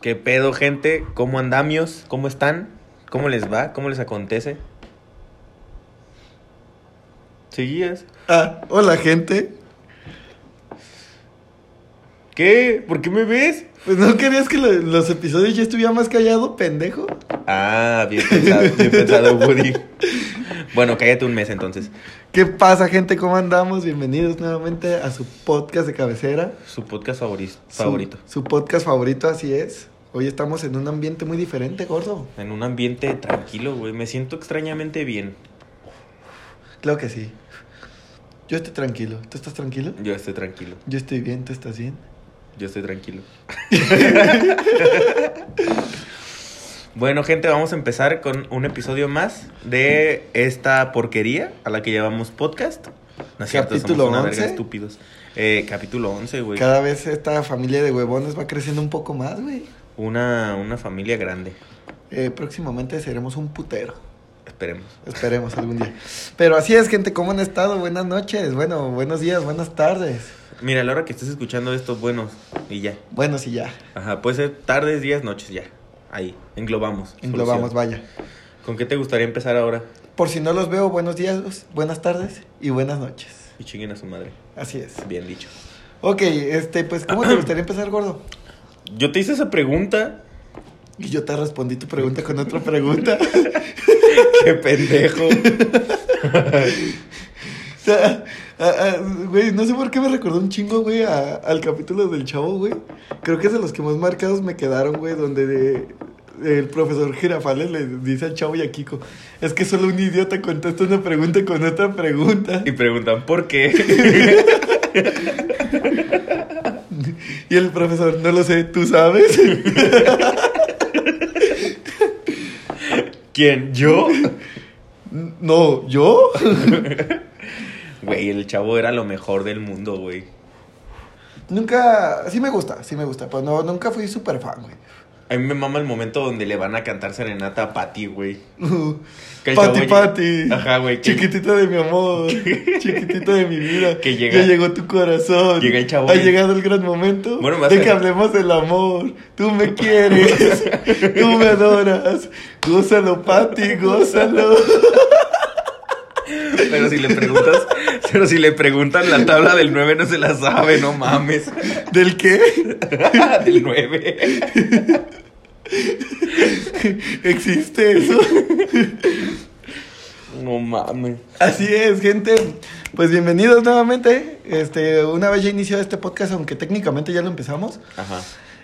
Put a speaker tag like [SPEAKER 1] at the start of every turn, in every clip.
[SPEAKER 1] ¿Qué pedo, gente? ¿Cómo andamios? ¿Cómo están? ¿Cómo les va? ¿Cómo les acontece? ¿Seguías?
[SPEAKER 2] Ah, hola gente.
[SPEAKER 1] ¿Qué? ¿Por qué me ves?
[SPEAKER 2] Pues no querías que lo- los episodios ya estuviera más callado, pendejo.
[SPEAKER 1] Ah, bien pensado, bien pensado, Woody. Bueno, cállate un mes entonces.
[SPEAKER 2] ¿Qué pasa gente? ¿Cómo andamos? Bienvenidos nuevamente a su podcast de cabecera.
[SPEAKER 1] Su podcast favori-
[SPEAKER 2] Su-
[SPEAKER 1] favorito.
[SPEAKER 2] Su, podcast favorito, así es. Hoy estamos en un ambiente muy diferente, gordo.
[SPEAKER 1] En un ambiente tranquilo, güey. Me siento extrañamente bien.
[SPEAKER 2] Claro que sí. Yo estoy tranquilo. ¿Tú estás tranquilo?
[SPEAKER 1] Yo estoy tranquilo.
[SPEAKER 2] Yo estoy bien, ¿tú estás bien?
[SPEAKER 1] Yo estoy tranquilo. bueno, gente, vamos a empezar con un episodio más de esta porquería a la que llamamos podcast. No es cierto,
[SPEAKER 2] Capítulo
[SPEAKER 1] somos una verga
[SPEAKER 2] 11.
[SPEAKER 1] estúpidos. Eh, capítulo 11, güey.
[SPEAKER 2] Cada vez esta familia de huevones va creciendo un poco más, güey.
[SPEAKER 1] Una, una familia grande.
[SPEAKER 2] Eh, próximamente seremos un putero.
[SPEAKER 1] Esperemos.
[SPEAKER 2] Esperemos algún día. Pero así es, gente, ¿cómo han estado? Buenas noches, bueno, buenos días, buenas tardes.
[SPEAKER 1] Mira, a la hora que estés escuchando esto, buenos, y ya.
[SPEAKER 2] Bueno, sí, ya.
[SPEAKER 1] Ajá, puede ser tardes, días, noches, ya. Ahí, englobamos.
[SPEAKER 2] Englobamos,
[SPEAKER 1] Solución.
[SPEAKER 2] vaya.
[SPEAKER 1] ¿Con qué te gustaría empezar ahora?
[SPEAKER 2] Por si no los veo, buenos días, buenas tardes y buenas noches.
[SPEAKER 1] Y chinguen a su madre.
[SPEAKER 2] Así es.
[SPEAKER 1] Bien dicho.
[SPEAKER 2] Ok, este, pues, ¿cómo te gustaría empezar, gordo?
[SPEAKER 1] Yo te hice esa pregunta.
[SPEAKER 2] Y yo te respondí tu pregunta con otra pregunta.
[SPEAKER 1] ¡Qué pendejo!
[SPEAKER 2] O sea, a- a- Ah, Güey, no sé por qué me recordó un chingo, güey, a- al capítulo del chavo, güey. Creo que es de los que más marcados me quedaron, güey, donde de- el profesor Girafales le dice al chavo y a Kiko, es que solo un idiota contesta una pregunta con otra pregunta.
[SPEAKER 1] Y preguntan, ¿por qué?
[SPEAKER 2] Y el profesor, no lo sé, ¿tú sabes?
[SPEAKER 1] ¿Quién? ¿Yo?
[SPEAKER 2] no, ¿yo?
[SPEAKER 1] Güey, el chavo era lo mejor del mundo, güey.
[SPEAKER 2] nunca, sí me gusta, sí me gusta, pero no, nunca fui súper fan, güey.
[SPEAKER 1] A mí me mama el momento donde le van a cantar serenata a Patty, güey. Que el
[SPEAKER 2] Pati,
[SPEAKER 1] chavo-
[SPEAKER 2] pati.
[SPEAKER 1] Ajá, güey. que-
[SPEAKER 2] Chiquitita de mi amor. Chiquitita de mi vida.
[SPEAKER 1] Que llega-
[SPEAKER 2] Ya llegó tu corazón.
[SPEAKER 1] Llega el chavo
[SPEAKER 2] Ha
[SPEAKER 1] y-
[SPEAKER 2] llegado el gran momento
[SPEAKER 1] Bueno, me
[SPEAKER 2] de
[SPEAKER 1] hace-
[SPEAKER 2] que hablemos del amor. Tú me quieres. tú me adoras. Gózalo, Pati, gózalo.
[SPEAKER 1] Pero si le preguntas, pero si le preguntan la tabla del 9 no se la sabe, no mames.
[SPEAKER 2] ¿Del qué?
[SPEAKER 1] del 9.
[SPEAKER 2] ¿Existe eso?
[SPEAKER 1] No mames.
[SPEAKER 2] Así es, gente. Pues bienvenidos nuevamente. Este, una vez ya iniciado este podcast, aunque técnicamente ya lo empezamos.
[SPEAKER 1] Ajá.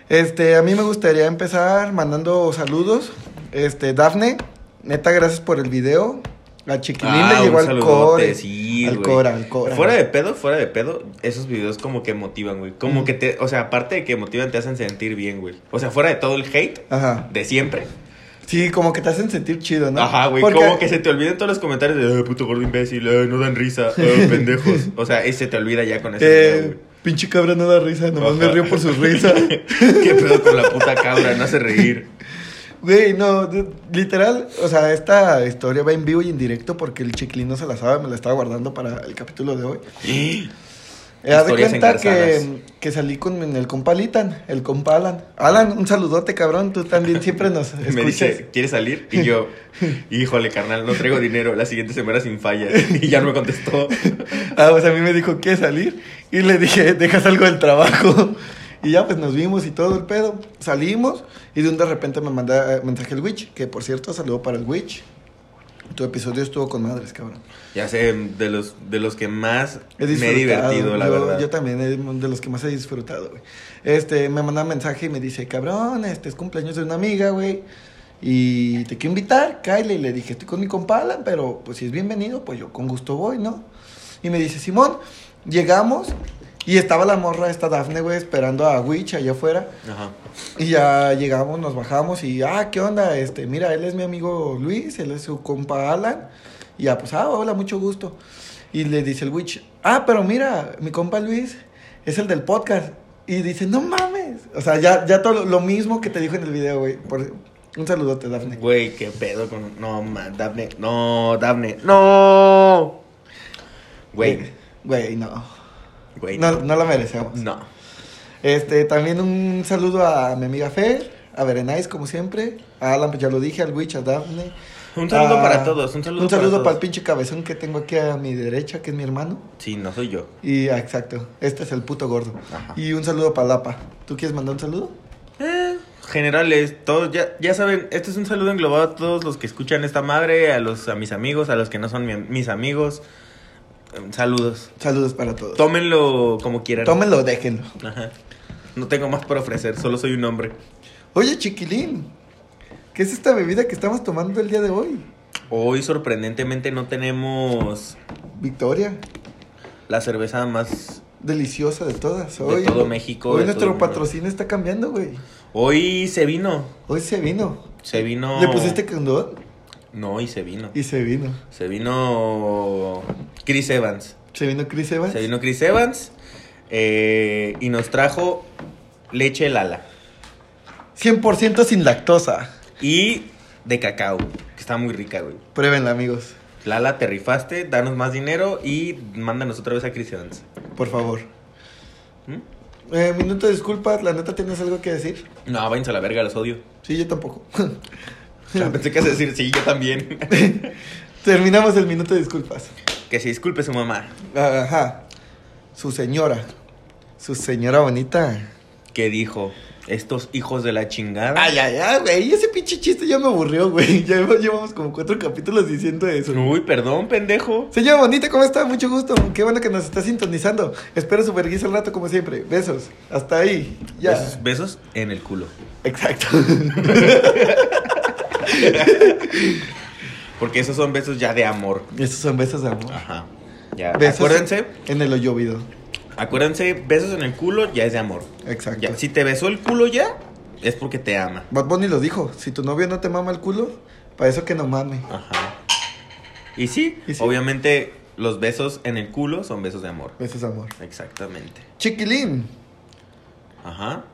[SPEAKER 2] Este, a mí me gustaría empezar mandando saludos. Este, Dafne, neta, gracias por el video. La chiquilín le llegó
[SPEAKER 1] Ah, un
[SPEAKER 2] al
[SPEAKER 1] saludote,
[SPEAKER 2] core.
[SPEAKER 1] sí,
[SPEAKER 2] al
[SPEAKER 1] güey.
[SPEAKER 2] Cora, al Cora.
[SPEAKER 1] Fuera de pedo, fuera de pedo, esos videos como que motivan, güey. Como que te, o sea, aparte de que motivan, te hacen sentir bien, güey. O sea, fuera de todo el hate
[SPEAKER 2] Ajá.
[SPEAKER 1] de siempre.
[SPEAKER 2] Sí, como que te hacen sentir chido, ¿no?
[SPEAKER 1] Ajá, güey.
[SPEAKER 2] Porque-
[SPEAKER 1] Como que se te olviden todos los comentarios de, "Ay, puto gordo imbécil, ay, no dan risa, ay, pendejos. O sea, y se te olvida ya con ese video,
[SPEAKER 2] eh,
[SPEAKER 1] güey.
[SPEAKER 2] pinche cabra no da risa, nomás me
[SPEAKER 1] Ajá.
[SPEAKER 2] río por su risa.
[SPEAKER 1] Qué pedo con la puta cabra, no hace reír.
[SPEAKER 2] Güey, no, de- literal, o sea, esta historia va en vivo y en directo porque el chiquilín no se la sabe, me la estaba guardando para el capítulo de hoy. Eh, haz de
[SPEAKER 1] Historias
[SPEAKER 2] cuenta que,
[SPEAKER 1] engarzadas.
[SPEAKER 2] que salí con el compa Litan, el compa Alan. Alan, un saludote, cabrón. Tú también siempre nos escuchas.
[SPEAKER 1] Me dice, ¿quieres salir? Y yo, híjole, carnal, no traigo dinero. La siguiente semana sin falla. Y ya no me contestó.
[SPEAKER 2] Ah, pues a mí me dijo, ¿quieres salir? Y le dije, dejas algo del trabajo. Y ya, pues nos vimos y todo el pedo. Salimos y de un de repente me manda eh, mensaje el Witch, que por cierto, saludo para el Witch. Tu episodio estuvo con madres, cabrón.
[SPEAKER 1] Ya sé, de los, de los que más
[SPEAKER 2] He
[SPEAKER 1] me he
[SPEAKER 2] disfrutado.
[SPEAKER 1] divertido, la
[SPEAKER 2] yo,
[SPEAKER 1] verdad.
[SPEAKER 2] Yo también, es de los que más he disfrutado, güey. Este, me manda mensaje y me dice, cabrón, este es cumpleaños de una amiga, güey. Y te quiero invitar, Kyle. Y le dije, estoy con mi compa Alan, pero pues si es bienvenido, pues yo con gusto voy, ¿no? Y me dice, Simón, llegamos. Y estaba la morra esta Dafne, güey, esperando a Witch allá afuera.
[SPEAKER 1] Ajá.
[SPEAKER 2] Y ya llegamos, nos bajamos y, ah, ¿qué onda? Este, mira, él es mi amigo Luis, él es su compa Alan. Y ya, pues, ah, hola, mucho gusto. Y le dice el witch, ah, pero mira, mi compa Luis es el del podcast. Y dice, no mames. O sea, ya, ya todo lo- lo mismo que te dijo en el video, güey. Por- Un saludote, Dafne.
[SPEAKER 1] Güey, qué pedo con. No, man, Dafne. No, Dafne. No. Güey,
[SPEAKER 2] Eh, Güey, no.
[SPEAKER 1] güey.
[SPEAKER 2] No, no la merecemos.
[SPEAKER 1] No.
[SPEAKER 2] Este, también un saludo a mi amiga Fer, a Berenice, como siempre, a Alan, pues ya lo dije, al Witch, a Daphne.
[SPEAKER 1] Un saludo
[SPEAKER 2] a-
[SPEAKER 1] para todos, un saludo
[SPEAKER 2] Ah, Un saludo
[SPEAKER 1] para
[SPEAKER 2] para,
[SPEAKER 1] todos.
[SPEAKER 2] el pinche cabezón que tengo aquí a mi derecha, que es mi hermano.
[SPEAKER 1] Sí, no soy yo.
[SPEAKER 2] Y, ah, exacto, este es el puto gordo.
[SPEAKER 1] Ajá.
[SPEAKER 2] Y un saludo para Lapa. ¿Tú quieres mandar un saludo?
[SPEAKER 1] Eh, generales, todos ya, ya saben, este es un saludo englobado a todos los que escuchan esta madre, a los a mis amigos, a los que no son mi- mis amigos. Em, Saludos.
[SPEAKER 2] Saludos para todos.
[SPEAKER 1] Tómenlo como quieran.
[SPEAKER 2] Tómenlo, déjenlo.
[SPEAKER 1] Ajá. No tengo más por ofrecer, solo soy un hombre.
[SPEAKER 2] Oye, chiquilín, ¿qué es esta bebida que estamos tomando el día de hoy?
[SPEAKER 1] Hoy sorprendentemente no tenemos
[SPEAKER 2] Victoria,
[SPEAKER 1] la cerveza más.
[SPEAKER 2] deliciosa de todas.
[SPEAKER 1] De
[SPEAKER 2] Hoy,
[SPEAKER 1] todo México, de
[SPEAKER 2] Hoy
[SPEAKER 1] todo
[SPEAKER 2] nuestro
[SPEAKER 1] el mundo.
[SPEAKER 2] patrocinio está cambiando, güey.
[SPEAKER 1] Hoy se vino.
[SPEAKER 2] Hoy se vino.
[SPEAKER 1] Se vino.
[SPEAKER 2] ¿Le pusiste condón?
[SPEAKER 1] No, y se vino.
[SPEAKER 2] Y se vino.
[SPEAKER 1] Se vino Chris Evans.
[SPEAKER 2] Se vino Chris Evans.
[SPEAKER 1] Se vino Chris Evans eh, y nos trajo leche Lala
[SPEAKER 2] 100% sin lactosa.
[SPEAKER 1] y de cacao, que está muy rica, güey.
[SPEAKER 2] Pruébenla, amigos.
[SPEAKER 1] Lala, te rifaste, danos más dinero y mándanos otra vez a Chris Evans.
[SPEAKER 2] Por favor.
[SPEAKER 1] ¿Mm?
[SPEAKER 2] Eh, minuto de disculpas, la neta tienes algo que decir.
[SPEAKER 1] No, váyanse a la verga, los odio.
[SPEAKER 2] Sí, yo tampoco.
[SPEAKER 1] O sea, pensé que ibas a decir, sí, yo también.
[SPEAKER 2] Terminamos el minuto de disculpas.
[SPEAKER 1] que se disculpe su mamá,
[SPEAKER 2] Ajá. Su señora. Su señora bonita.
[SPEAKER 1] que dijo, estos hijos de la chingada.
[SPEAKER 2] Ay, ay, ay, güey. Ese pinche chiste ya me aburrió, güey. Ya llevamos como cuatro capítulos diciendo eso.
[SPEAKER 1] Uy, perdón, pendejo.
[SPEAKER 2] Señora bonita, ¿cómo está? Mucho gusto. Qué bueno que nos está sintonizando. Espero su vergüenza al rato, como siempre. Besos. Hasta ahí. Ya.
[SPEAKER 1] Besos, besos en el culo.
[SPEAKER 2] Exacto.
[SPEAKER 1] Porque esos son besos ya de amor.
[SPEAKER 2] Esos son besos de amor.
[SPEAKER 1] Ajá. Ya.
[SPEAKER 2] Besos
[SPEAKER 1] Acuérdense,
[SPEAKER 2] En el llovido.
[SPEAKER 1] acuérdense, besos en el culo ya es de amor.
[SPEAKER 2] Exacto.
[SPEAKER 1] Ya, si te besó el culo ya, es porque te ama.
[SPEAKER 2] Bad Bunny lo dijo. Si tu novio no te mama el culo, para eso que no mame.
[SPEAKER 1] Ajá. Y sí,
[SPEAKER 2] Y sí.
[SPEAKER 1] obviamente los besos en el culo son besos de amor.
[SPEAKER 2] Besos de amor.
[SPEAKER 1] Exactamente.
[SPEAKER 2] Chiquilín.
[SPEAKER 1] Ajá.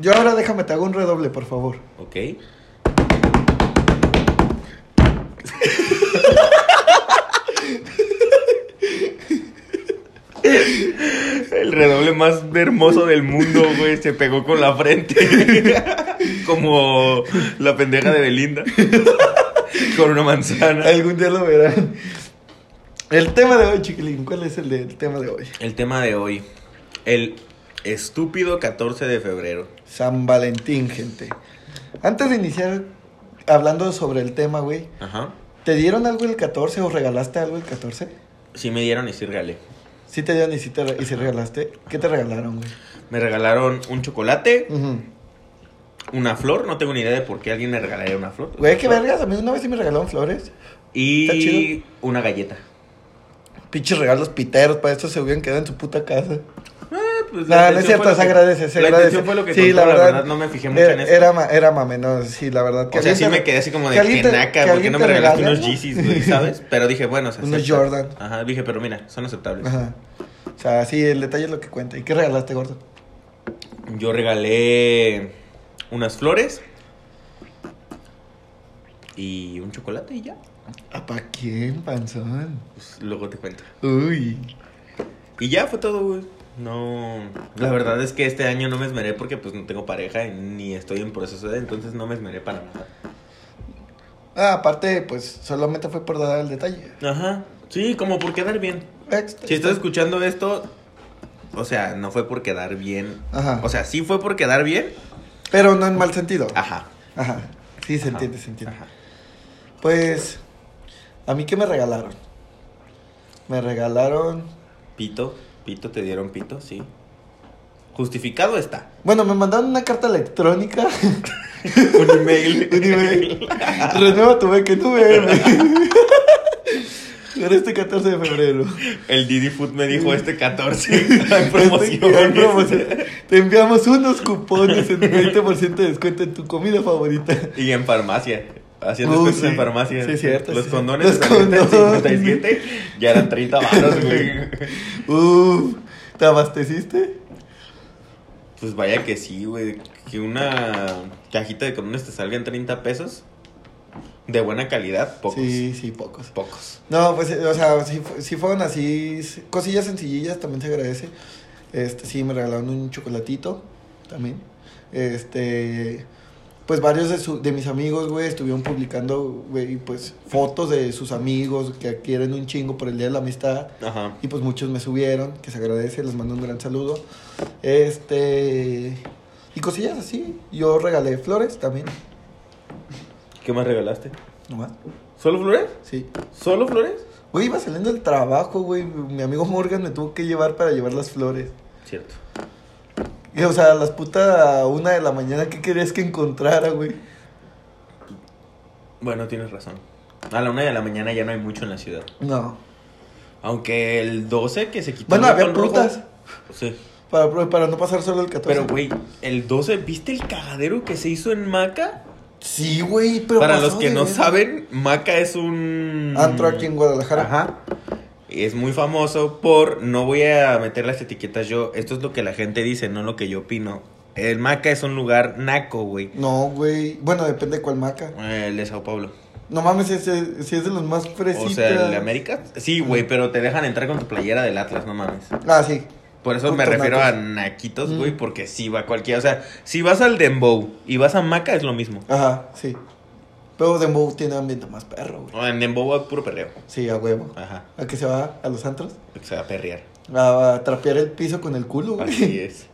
[SPEAKER 2] Yo ahora déjame te hago un redoble, por favor.
[SPEAKER 1] Ok. El redoble más hermoso del mundo, güey, se pegó con la frente. Como la pendeja de Belinda. Con una manzana.
[SPEAKER 2] Algún día lo verán. El tema de hoy, chiquilín. ¿Cuál es el del tema de hoy?
[SPEAKER 1] El tema de hoy. El estúpido 14 de febrero.
[SPEAKER 2] San Valentín, gente. Antes de iniciar hablando sobre el tema, güey,
[SPEAKER 1] Ajá.
[SPEAKER 2] ¿te dieron algo el 14 o regalaste algo el 14?
[SPEAKER 1] Sí me dieron y sí regalé.
[SPEAKER 2] Sí te dieron y sí, te re- y sí regalaste. ¿Qué te regalaron, güey?
[SPEAKER 1] Me regalaron un chocolate,
[SPEAKER 2] Ujú.
[SPEAKER 1] una flor. No tengo ni idea de por qué alguien me regalaría una flor.
[SPEAKER 2] Güey, qué vergas. A mí una vez sí me regalaron flores. Está
[SPEAKER 1] Y
[SPEAKER 2] chido.
[SPEAKER 1] una galleta.
[SPEAKER 2] Pinches regalos piteros. Para esto se hubieran quedado en su puta casa.
[SPEAKER 1] Pues,
[SPEAKER 2] No,
[SPEAKER 1] la
[SPEAKER 2] no
[SPEAKER 1] intención
[SPEAKER 2] es cierto.
[SPEAKER 1] fue lo
[SPEAKER 2] Se
[SPEAKER 1] que-
[SPEAKER 2] agradece, se
[SPEAKER 1] la
[SPEAKER 2] agradece.
[SPEAKER 1] intención fue lo que contó, la, verdad, no me fijé mucho
[SPEAKER 2] era,
[SPEAKER 1] en eso.
[SPEAKER 2] Era, ma- era mame, no. Sí, la verdad.
[SPEAKER 1] o sea,
[SPEAKER 2] alguien
[SPEAKER 1] sí
[SPEAKER 2] te-
[SPEAKER 1] me quedé así como
[SPEAKER 2] que
[SPEAKER 1] de que,
[SPEAKER 2] alguien te-
[SPEAKER 1] naca,
[SPEAKER 2] que
[SPEAKER 1] ¿por qué
[SPEAKER 2] alguien
[SPEAKER 1] no
[SPEAKER 2] te
[SPEAKER 1] me regalaste
[SPEAKER 2] regale
[SPEAKER 1] unos
[SPEAKER 2] algo?
[SPEAKER 1] Yeezys, güey, ¿sabes? Pero dije, bueno, se
[SPEAKER 2] Unos
[SPEAKER 1] acepta.
[SPEAKER 2] Jordan.
[SPEAKER 1] Ajá, dije, pero mira, son aceptables.
[SPEAKER 2] Ajá. O sea, sí, el detalle es lo que cuenta. ¿Y qué regalaste, gordo?
[SPEAKER 1] Yo regalé unas flores y un chocolate y ya.
[SPEAKER 2] ¿A pa' quién, panzón?
[SPEAKER 1] Pues, luego te cuento.
[SPEAKER 2] Uy.
[SPEAKER 1] Y ya fue todo, güey. No, la verdad es que este año no me esmeré porque pues no tengo pareja y ni estoy en proceso de, entonces no me esmeré para nada.
[SPEAKER 2] Ah, aparte, pues solamente fue por dar el detalle.
[SPEAKER 1] Ajá. Sí, como por quedar bien.
[SPEAKER 2] Ex-
[SPEAKER 1] Si estás escuchando esto, o sea, no fue por quedar bien.
[SPEAKER 2] Ajá.
[SPEAKER 1] O sea, sí fue por quedar bien.
[SPEAKER 2] Pero no en mal sentido.
[SPEAKER 1] Ajá.
[SPEAKER 2] Ajá. Sí, se
[SPEAKER 1] Ajá.
[SPEAKER 2] entiende, se entiende.
[SPEAKER 1] Ajá.
[SPEAKER 2] Pues, ¿a mí qué me regalaron? Me regalaron...
[SPEAKER 1] Pito, pito, te dieron pito, sí. Justificado está.
[SPEAKER 2] Bueno, me mandaron una carta electrónica.
[SPEAKER 1] Un email.
[SPEAKER 2] Un email. Renueva tu beca en VM. Era este 14 de febrero.
[SPEAKER 1] El Didi Food me dijo este 14. Hay promoción.
[SPEAKER 2] Hay promoción. Te enviamos unos cupones en 20% de descuento en tu comida favorita.
[SPEAKER 1] Y en farmacia. Haciendo
[SPEAKER 2] Uh,
[SPEAKER 1] descuentos
[SPEAKER 2] sí.
[SPEAKER 1] en farmacia.
[SPEAKER 2] Sí, cierto,
[SPEAKER 1] Los
[SPEAKER 2] sí.
[SPEAKER 1] condones
[SPEAKER 2] Los
[SPEAKER 1] de 57
[SPEAKER 2] condones.
[SPEAKER 1] ya eran 30 baros, güey.
[SPEAKER 2] Uh, ¿te abasteciste?
[SPEAKER 1] Pues vaya que sí, güey. Que una cajita de condones te salga en 30 pesos. De buena calidad, pocos.
[SPEAKER 2] Sí, sí, pocos.
[SPEAKER 1] Pocos.
[SPEAKER 2] No, pues, eh, o sea, sí, fu- sí fueron así, s- cosillas sencillillas, también se agradece. Este, sí, me regalaron un chocolatito, también. Este, pues varios de, su, de mis amigos, güey, estuvieron publicando, güey, pues fotos de sus amigos que quieren un chingo por el Día de la Amistad.
[SPEAKER 1] Ajá.
[SPEAKER 2] Y pues muchos me subieron, que se agradece, les mando un gran saludo. Este. Y cosillas así. Yo regalé flores también.
[SPEAKER 1] ¿Qué más regalaste?
[SPEAKER 2] Nomás.
[SPEAKER 1] ¿Solo flores?
[SPEAKER 2] Sí.
[SPEAKER 1] ¿Solo flores?
[SPEAKER 2] Güey, iba saliendo del trabajo, güey. Mi amigo Morgan me tuvo que llevar para llevar las flores.
[SPEAKER 1] Cierto.
[SPEAKER 2] Y, o sea, a las putas una de la mañana, ¿qué querías que encontrara, güey?
[SPEAKER 1] Bueno, tienes razón. A la una de la mañana ya no hay mucho en la ciudad.
[SPEAKER 2] No.
[SPEAKER 1] Aunque el 12 que se quitó.
[SPEAKER 2] Bueno,
[SPEAKER 1] el
[SPEAKER 2] había
[SPEAKER 1] botón rojo-
[SPEAKER 2] frutas.
[SPEAKER 1] Sí.
[SPEAKER 2] Para, para no pasar solo el 14.
[SPEAKER 1] Pero, güey, el 12, ¿viste el cagadero que se hizo en Maca?
[SPEAKER 2] Sí, güey, pero.
[SPEAKER 1] Para
[SPEAKER 2] pasó
[SPEAKER 1] los que
[SPEAKER 2] de
[SPEAKER 1] no
[SPEAKER 2] ver-
[SPEAKER 1] saben, Maca es un.
[SPEAKER 2] Antro aquí en Guadalajara.
[SPEAKER 1] Ajá. Y es muy famoso por. No voy a meter las etiquetas yo. Esto es lo que la gente dice, no lo que yo opino. El Maca es un lugar naco, güey.
[SPEAKER 2] No, güey. Bueno, depende de cuál maca.
[SPEAKER 1] Eh, El de Sao Paulo.
[SPEAKER 2] No mames, ese, si es de los más fresitas.
[SPEAKER 1] O sea, el de América. Sí, güey, pero te dejan entrar con tu playera del Atlas, no mames.
[SPEAKER 2] Ah, sí.
[SPEAKER 1] Por eso me
[SPEAKER 2] Putos
[SPEAKER 1] refiero
[SPEAKER 2] nacos.
[SPEAKER 1] a naquitos, güey,
[SPEAKER 2] Mm.
[SPEAKER 1] porque si va cualquiera. O sea, si vas al Dembow y vas a Maca, es lo mismo.
[SPEAKER 2] Ajá, sí. Pero Dembow tiene ambiente más perro, güey.
[SPEAKER 1] O En Dembow va puro perreo.
[SPEAKER 2] Sí, a huevo.
[SPEAKER 1] Ajá.
[SPEAKER 2] ¿A que se va a los antros?
[SPEAKER 1] Se va a perrear.
[SPEAKER 2] A, a trapear el piso con el culo, güey.
[SPEAKER 1] Así es.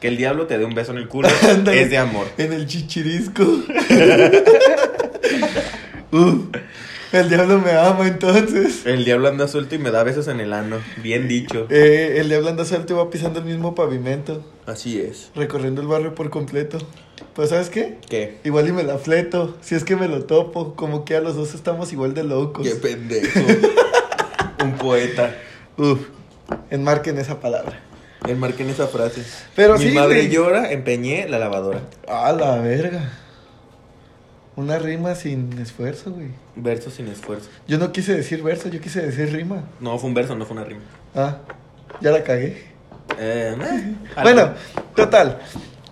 [SPEAKER 1] Que el diablo te dé un beso en el culo
[SPEAKER 2] Ándale.
[SPEAKER 1] es de amor.
[SPEAKER 2] En el chichirisco. Uf, el diablo me ama entonces.
[SPEAKER 1] El diablo anda suelto y me da besos en el ano. Bien dicho.
[SPEAKER 2] Eh, el diablo anda suelto y va pisando el mismo pavimento,
[SPEAKER 1] Así es.
[SPEAKER 2] recorriendo el barrio por completo. Pero ¿sabes qué?
[SPEAKER 1] ¿Qué?
[SPEAKER 2] Igual y me la fleto, si es que me lo topo, como que a los dos estamos igual de locos.
[SPEAKER 1] Qué pendejo. un poeta.
[SPEAKER 2] Uf, enmarquen esa palabra.
[SPEAKER 1] Enmarquen esa frase.
[SPEAKER 2] Pero
[SPEAKER 1] Mi
[SPEAKER 2] sí,
[SPEAKER 1] madre
[SPEAKER 2] güey.
[SPEAKER 1] llora, empeñé la lavadora.
[SPEAKER 2] A la verga. Una rima sin esfuerzo, güey.
[SPEAKER 1] Verso sin esfuerzo.
[SPEAKER 2] Yo no quise decir verso, yo quise decir rima.
[SPEAKER 1] No, fue un verso, no fue una rima.
[SPEAKER 2] Ah, ya la cagué.
[SPEAKER 1] Eh, eh,
[SPEAKER 2] Bueno, total.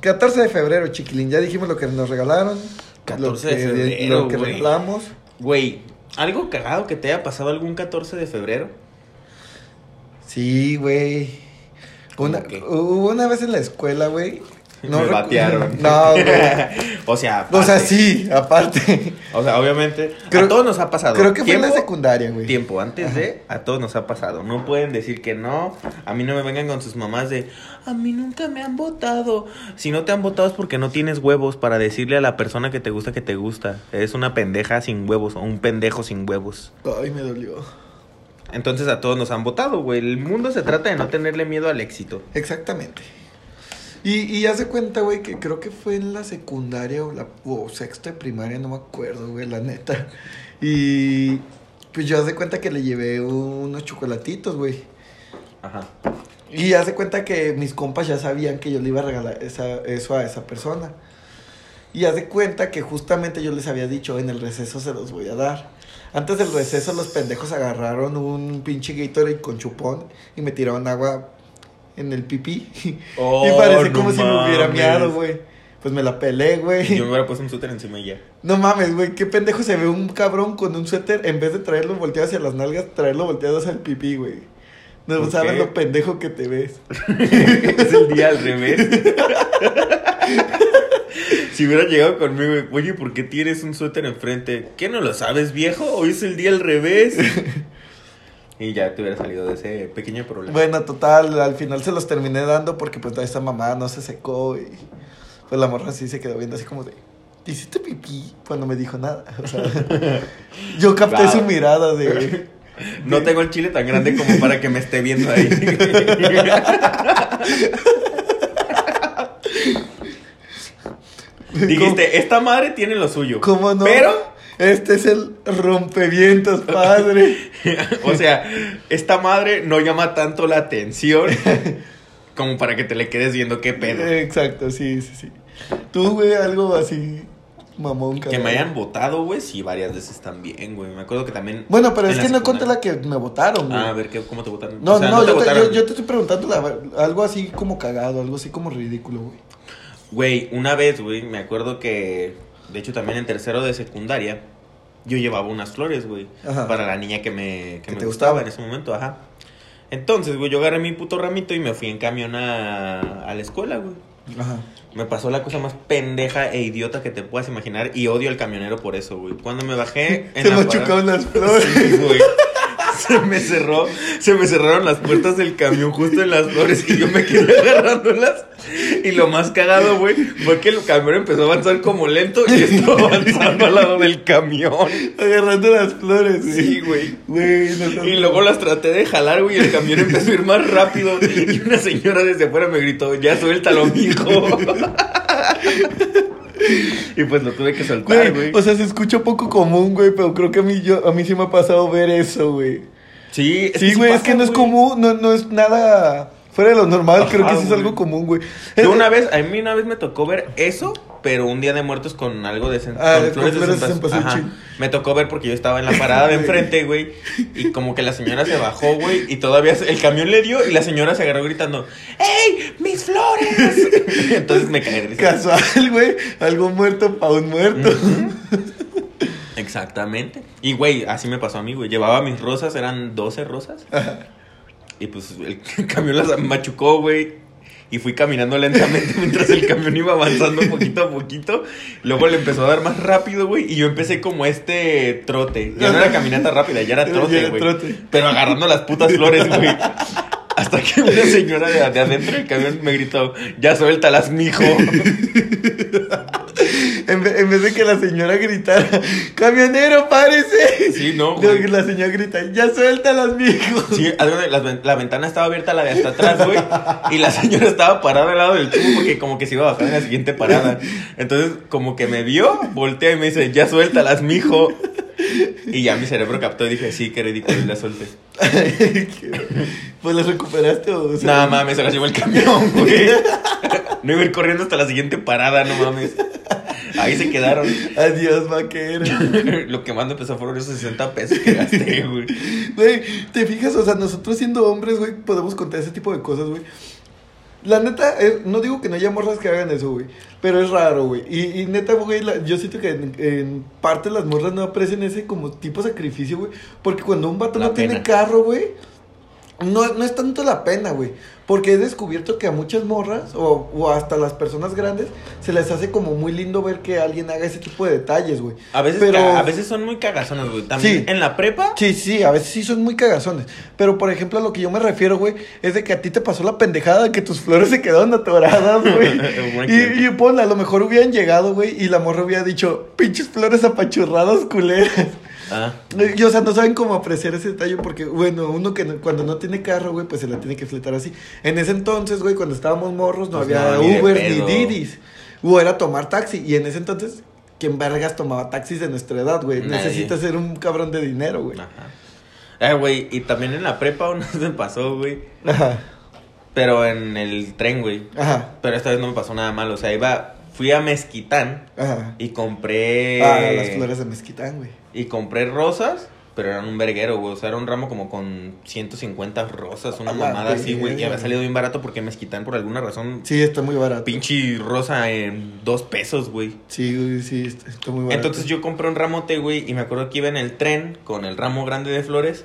[SPEAKER 2] 14 de febrero, chiquilín. Ya dijimos lo que nos regalaron.
[SPEAKER 1] 14
[SPEAKER 2] lo
[SPEAKER 1] de
[SPEAKER 2] que,
[SPEAKER 1] febrero,
[SPEAKER 2] Lo que
[SPEAKER 1] güey.
[SPEAKER 2] regalamos.
[SPEAKER 1] Güey, ¿algo cagado que te haya pasado algún 14 de febrero?
[SPEAKER 2] Sí, güey.
[SPEAKER 1] ¿Cómo
[SPEAKER 2] Una,
[SPEAKER 1] qué?
[SPEAKER 2] hubo una vez en la escuela, güey.
[SPEAKER 1] Me
[SPEAKER 2] recu-
[SPEAKER 1] batearon. Ah,
[SPEAKER 2] No, güey.
[SPEAKER 1] o sea,
[SPEAKER 2] O sea,
[SPEAKER 1] aparte.
[SPEAKER 2] sí, aparte.
[SPEAKER 1] O sea, obviamente. a
[SPEAKER 2] Creo-
[SPEAKER 1] todos nos ha pasado.
[SPEAKER 2] Creo que fue en
[SPEAKER 1] Tiempo-
[SPEAKER 2] la secundaria, güey.
[SPEAKER 1] Tiempo antes de, a todos nos ha pasado. No pueden decir que no. A mí no me vengan con sus mamás de, a mí nunca me han votado. Si no te han votado es porque no tienes huevos para decirle a la persona que te gusta que te gusta. Eres una pendeja sin huevos o un pendejo sin huevos.
[SPEAKER 2] Ay, me dolió.
[SPEAKER 1] Entonces a todos nos han votado, güey. El mundo se trata de no tenerle miedo al éxito.
[SPEAKER 2] Exactamente. Y, y ya se cuenta, güey, que creo que fue en la secundaria o, la, o sexto de primaria, no me acuerdo, güey, la neta. Y pues yo haz de cuenta que le llevé unos chocolatitos, güey.
[SPEAKER 1] Ajá.
[SPEAKER 2] Y haz de cuenta que mis compas ya sabían que yo le iba a regalar esa- eso a esa persona. Y haz de cuenta que justamente yo les había dicho, en el receso se los voy a dar. Antes del receso los pendejos agarraron un pinche Gatorade con chupón y me tiraron agua en el pipí.
[SPEAKER 1] Oh,
[SPEAKER 2] y parece como si me hubiera miado, güey. Pues me la pelé,
[SPEAKER 1] Yo me
[SPEAKER 2] güey.
[SPEAKER 1] hubiera puesto un suéter encima y ya.
[SPEAKER 2] No mames, güey. Qué pendejo se ve un cabrón con un suéter. En vez de traerlo volteado hacia las nalgas, traerlo volteado hacia el pipí, güey. No
[SPEAKER 1] ¿Por
[SPEAKER 2] sabes
[SPEAKER 1] qué?
[SPEAKER 2] lo pendejo que te ves.
[SPEAKER 1] es el día al revés. si hubiera llegado conmigo, oye, ¿por qué tienes un suéter enfrente? ¿Qué no lo sabes, viejo? Hoy es el día al revés. y ya te hubiera salido de ese pequeño problema.
[SPEAKER 2] Bueno, total, al final se los terminé dando porque pues toda esta mamá no se secó y pues la morra sí se quedó viendo así como de, "¿Te ¿hiciste pipí? Cuando me dijo nada. O sea, yo capté
[SPEAKER 1] Wow.
[SPEAKER 2] su mirada de...
[SPEAKER 1] no tengo el chile tan grande como para que me esté viendo ahí. Dijiste, esta madre tiene lo suyo.
[SPEAKER 2] ¿Cómo, cómo no?
[SPEAKER 1] Pero,
[SPEAKER 2] Este es el rompevientos, padre.
[SPEAKER 1] o sea, esta madre no llama tanto la atención como para que te le quedes viendo qué pedo.
[SPEAKER 2] Exacto, sí, sí, sí. Tú, güey, algo así mamón,
[SPEAKER 1] Que
[SPEAKER 2] cabrón.
[SPEAKER 1] me hayan votado, güey, sí, varias veces también, güey. Me acuerdo que también.
[SPEAKER 2] Bueno, pero
[SPEAKER 1] en
[SPEAKER 2] es que no conté la
[SPEAKER 1] secundaria-
[SPEAKER 2] que me votaron, güey.
[SPEAKER 1] Ah, a ver, ¿qué, ¿cómo te votaron?
[SPEAKER 2] No,
[SPEAKER 1] O sea,
[SPEAKER 2] no,
[SPEAKER 1] te
[SPEAKER 2] yo, te, yo,
[SPEAKER 1] votaron.
[SPEAKER 2] yo te estoy preguntando la- algo así como cagado, algo así como ridículo, güey.
[SPEAKER 1] Güey, una vez, güey, me acuerdo que. De hecho, también en tercero de secundaria, yo llevaba unas flores, güey.
[SPEAKER 2] Ajá.
[SPEAKER 1] Para la niña que me, que
[SPEAKER 2] Que
[SPEAKER 1] me
[SPEAKER 2] te
[SPEAKER 1] gustaba
[SPEAKER 2] gustaba.
[SPEAKER 1] en ese momento, ajá. Entonces, güey, yo agarré mi puto ramito y me fui en camión a, a la escuela, güey.
[SPEAKER 2] Ajá.
[SPEAKER 1] Me pasó la cosa más pendeja e idiota que te puedas imaginar y odio al camionero por eso, güey. Cuando me bajé
[SPEAKER 2] Se
[SPEAKER 1] la parada-
[SPEAKER 2] machucaron las flores.
[SPEAKER 1] Sí, güey. Se me cerró, se me cerraron las puertas del camión justo en las flores y yo me quedé agarrándolas. Y lo más cagado, güey, fue que el camión empezó a avanzar como lento y estaba avanzando al lado del camión.
[SPEAKER 2] Agarrando las flores, güey.
[SPEAKER 1] Sí, güey.
[SPEAKER 2] Güey, no
[SPEAKER 1] Y
[SPEAKER 2] sabes.
[SPEAKER 1] luego las traté de jalar, güey, y el camión empezó a ir más rápido. Y una señora desde afuera me gritó, ya suéltalo, mijo. Y pues lo tuve que soltar,
[SPEAKER 2] Güey,
[SPEAKER 1] güey.
[SPEAKER 2] o sea, se escucha poco común, güey, pero creo que a mí, yo, a mí sí me ha pasado ver eso, güey.
[SPEAKER 1] Sí,
[SPEAKER 2] Sí, güey, es
[SPEAKER 1] pasa,
[SPEAKER 2] que no es común, no, no es nada fuera de lo normal,
[SPEAKER 1] Ajá,
[SPEAKER 2] creo que sí es
[SPEAKER 1] güey.
[SPEAKER 2] algo común, güey.
[SPEAKER 1] Yo una vez, a mí una vez me tocó ver eso, pero un día de muertos con algo de sen-
[SPEAKER 2] Ah,
[SPEAKER 1] con
[SPEAKER 2] con flores de
[SPEAKER 1] cempasú-
[SPEAKER 2] cempasúchil.
[SPEAKER 1] Ajá. Me tocó ver porque yo estaba en la parada de enfrente, güey. Y como que la señora se bajó, güey. Y todavía se- el camión le dio y la señora se agarró gritando: ¡Ey, mis flores! Entonces me caí de risa.
[SPEAKER 2] Casual, güey, algo muerto pa' un muerto.
[SPEAKER 1] Exactamente. Y, güey, así me pasó a mí, güey. Llevaba mis rosas, eran 12 rosas. Y pues el camión las machucó, güey. Y fui caminando lentamente mientras el camión iba avanzando poquito a poquito. Luego le empezó a dar más rápido, güey. Y yo empecé como este trote. Ya no era caminata rápida, ya era
[SPEAKER 2] Era- ya
[SPEAKER 1] trote,
[SPEAKER 2] era
[SPEAKER 1] güey.
[SPEAKER 2] trote.
[SPEAKER 1] Pero agarrando las putas flores, güey. Hasta que una señora de, de adentro del camión me gritó, ya suéltalas, mijo.
[SPEAKER 2] En, ve- en vez de que la señora gritara, camionero, párese.
[SPEAKER 1] Sí, no,
[SPEAKER 2] Digo
[SPEAKER 1] güey.
[SPEAKER 2] que La señora grita, ya suéltalas, mijo.
[SPEAKER 1] Sí, haz de cuenta, las ven- la, ventana estaba abierta, la de hasta atrás, güey. Y la señora estaba parada al lado del tubo porque como que se iba a bajar en la siguiente parada. Entonces, como que me vio, voltea y me dice, ya suéltalas, mijo. Y ya mi cerebro captó y dije, sí, qué ridículo, y la solté.
[SPEAKER 2] pues las recuperaste o, o sea,
[SPEAKER 1] Nada mames, se la llevó el camión, güey. No iba a ir corriendo hasta la siguiente parada, no mames. Ahí se quedaron.
[SPEAKER 2] Adiós, vaquero.
[SPEAKER 1] Lo que más me pesó fueron esos 60 pesos que gasté, güey.
[SPEAKER 2] Güey, te fijas, o sea, nosotros siendo hombres, güey, podemos contar ese tipo de cosas, güey. La neta, eh, no digo que no haya morras que hagan eso, güey. Pero es raro, güey. Y, y neta, güey, la- yo siento que en, en parte las morras no aprecian ese como tipo sacrificio, güey. Porque cuando un vato
[SPEAKER 1] La
[SPEAKER 2] no
[SPEAKER 1] pena.
[SPEAKER 2] tiene carro, güey, no, no es tanto la pena, güey. Porque he descubierto que a muchas morras, o, o hasta las personas grandes, se les hace como muy lindo ver que alguien haga ese tipo de detalles, güey.
[SPEAKER 1] A veces,
[SPEAKER 2] Pero-
[SPEAKER 1] ca- a veces son muy cagazonas, güey. También
[SPEAKER 2] Sí.
[SPEAKER 1] en la prepa.
[SPEAKER 2] Sí, sí, a veces sí son muy cagazones. Pero, por ejemplo, a lo que yo me refiero, güey, es de que a ti te pasó la pendejada de que tus flores se quedaron atoradas, güey.
[SPEAKER 1] Buen cliente.
[SPEAKER 2] y, y pon, a lo mejor hubieran llegado, güey, y la morra hubiera dicho, pinches flores apachurradas, culeras.
[SPEAKER 1] Ah.
[SPEAKER 2] Y, o sea, no saben cómo apreciar ese detalle porque, bueno, uno que no- cuando no tiene carro, güey, pues se la tiene que fletar así. En ese entonces, güey, cuando estábamos morros, no
[SPEAKER 1] Pues
[SPEAKER 2] había
[SPEAKER 1] no, ni de
[SPEAKER 2] Uber ni
[SPEAKER 1] pedo.
[SPEAKER 2] Didis. O era tomar taxi. Y en ese entonces, ¿quién vergas tomaba taxis de nuestra edad, güey?
[SPEAKER 1] Nadie.
[SPEAKER 2] Necesitas ser un cabrón de dinero, güey.
[SPEAKER 1] Ajá. Eh, güey, y también en la prepa una vez me pasó, güey.
[SPEAKER 2] Ajá,
[SPEAKER 1] Pero en el tren, güey.
[SPEAKER 2] ajá,
[SPEAKER 1] Pero esta vez no me pasó nada malo. O sea, iba. Fui a Mezquitán
[SPEAKER 2] ajá.
[SPEAKER 1] y compré.
[SPEAKER 2] Ah, las flores de mezquitán, güey.
[SPEAKER 1] Y compré rosas. Pero eran un verguero, güey. O sea, era un ramo como con 150 rosas, una
[SPEAKER 2] A la
[SPEAKER 1] mamada así, güey. Y
[SPEAKER 2] Ah, verga.
[SPEAKER 1] había salido bien barato porque Mezquitán, por alguna razón,
[SPEAKER 2] Sí, está muy barato.
[SPEAKER 1] pinche rosa en dos pesos, güey.
[SPEAKER 2] Sí, güey, sí, está, está muy barato.
[SPEAKER 1] Entonces yo compré un ramote, güey, y me acuerdo que iba en el tren con el ramo grande de flores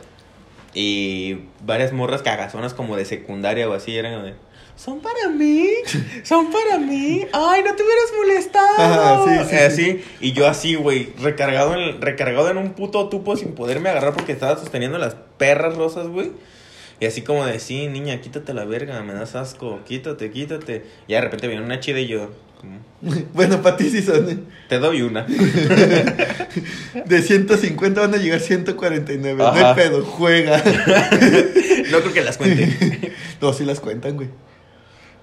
[SPEAKER 1] y varias morras cagazonas como de secundaria o así eran de... Son para mí, son para mí. Ay, no te hubieras molestado.
[SPEAKER 2] Ajá, sí, sí,
[SPEAKER 1] Eh,
[SPEAKER 2] sí.
[SPEAKER 1] así, y yo así, güey, recargado en, recargado en un puto tupo sin poderme agarrar porque estaba sosteniendo las perras rosas, güey. Y así como de, sí, niña, quítate la verga, me das asco, quítate, quítate. Y de repente viene una chida y yo, "Mm,
[SPEAKER 2] Bueno, para ti sí son. ¿eh?
[SPEAKER 1] te doy una.
[SPEAKER 2] De 150 van a llegar 149. No
[SPEAKER 1] Ajá.
[SPEAKER 2] hay pedo, juega.
[SPEAKER 1] No creo que las cuente.
[SPEAKER 2] No, sí las cuentan, güey.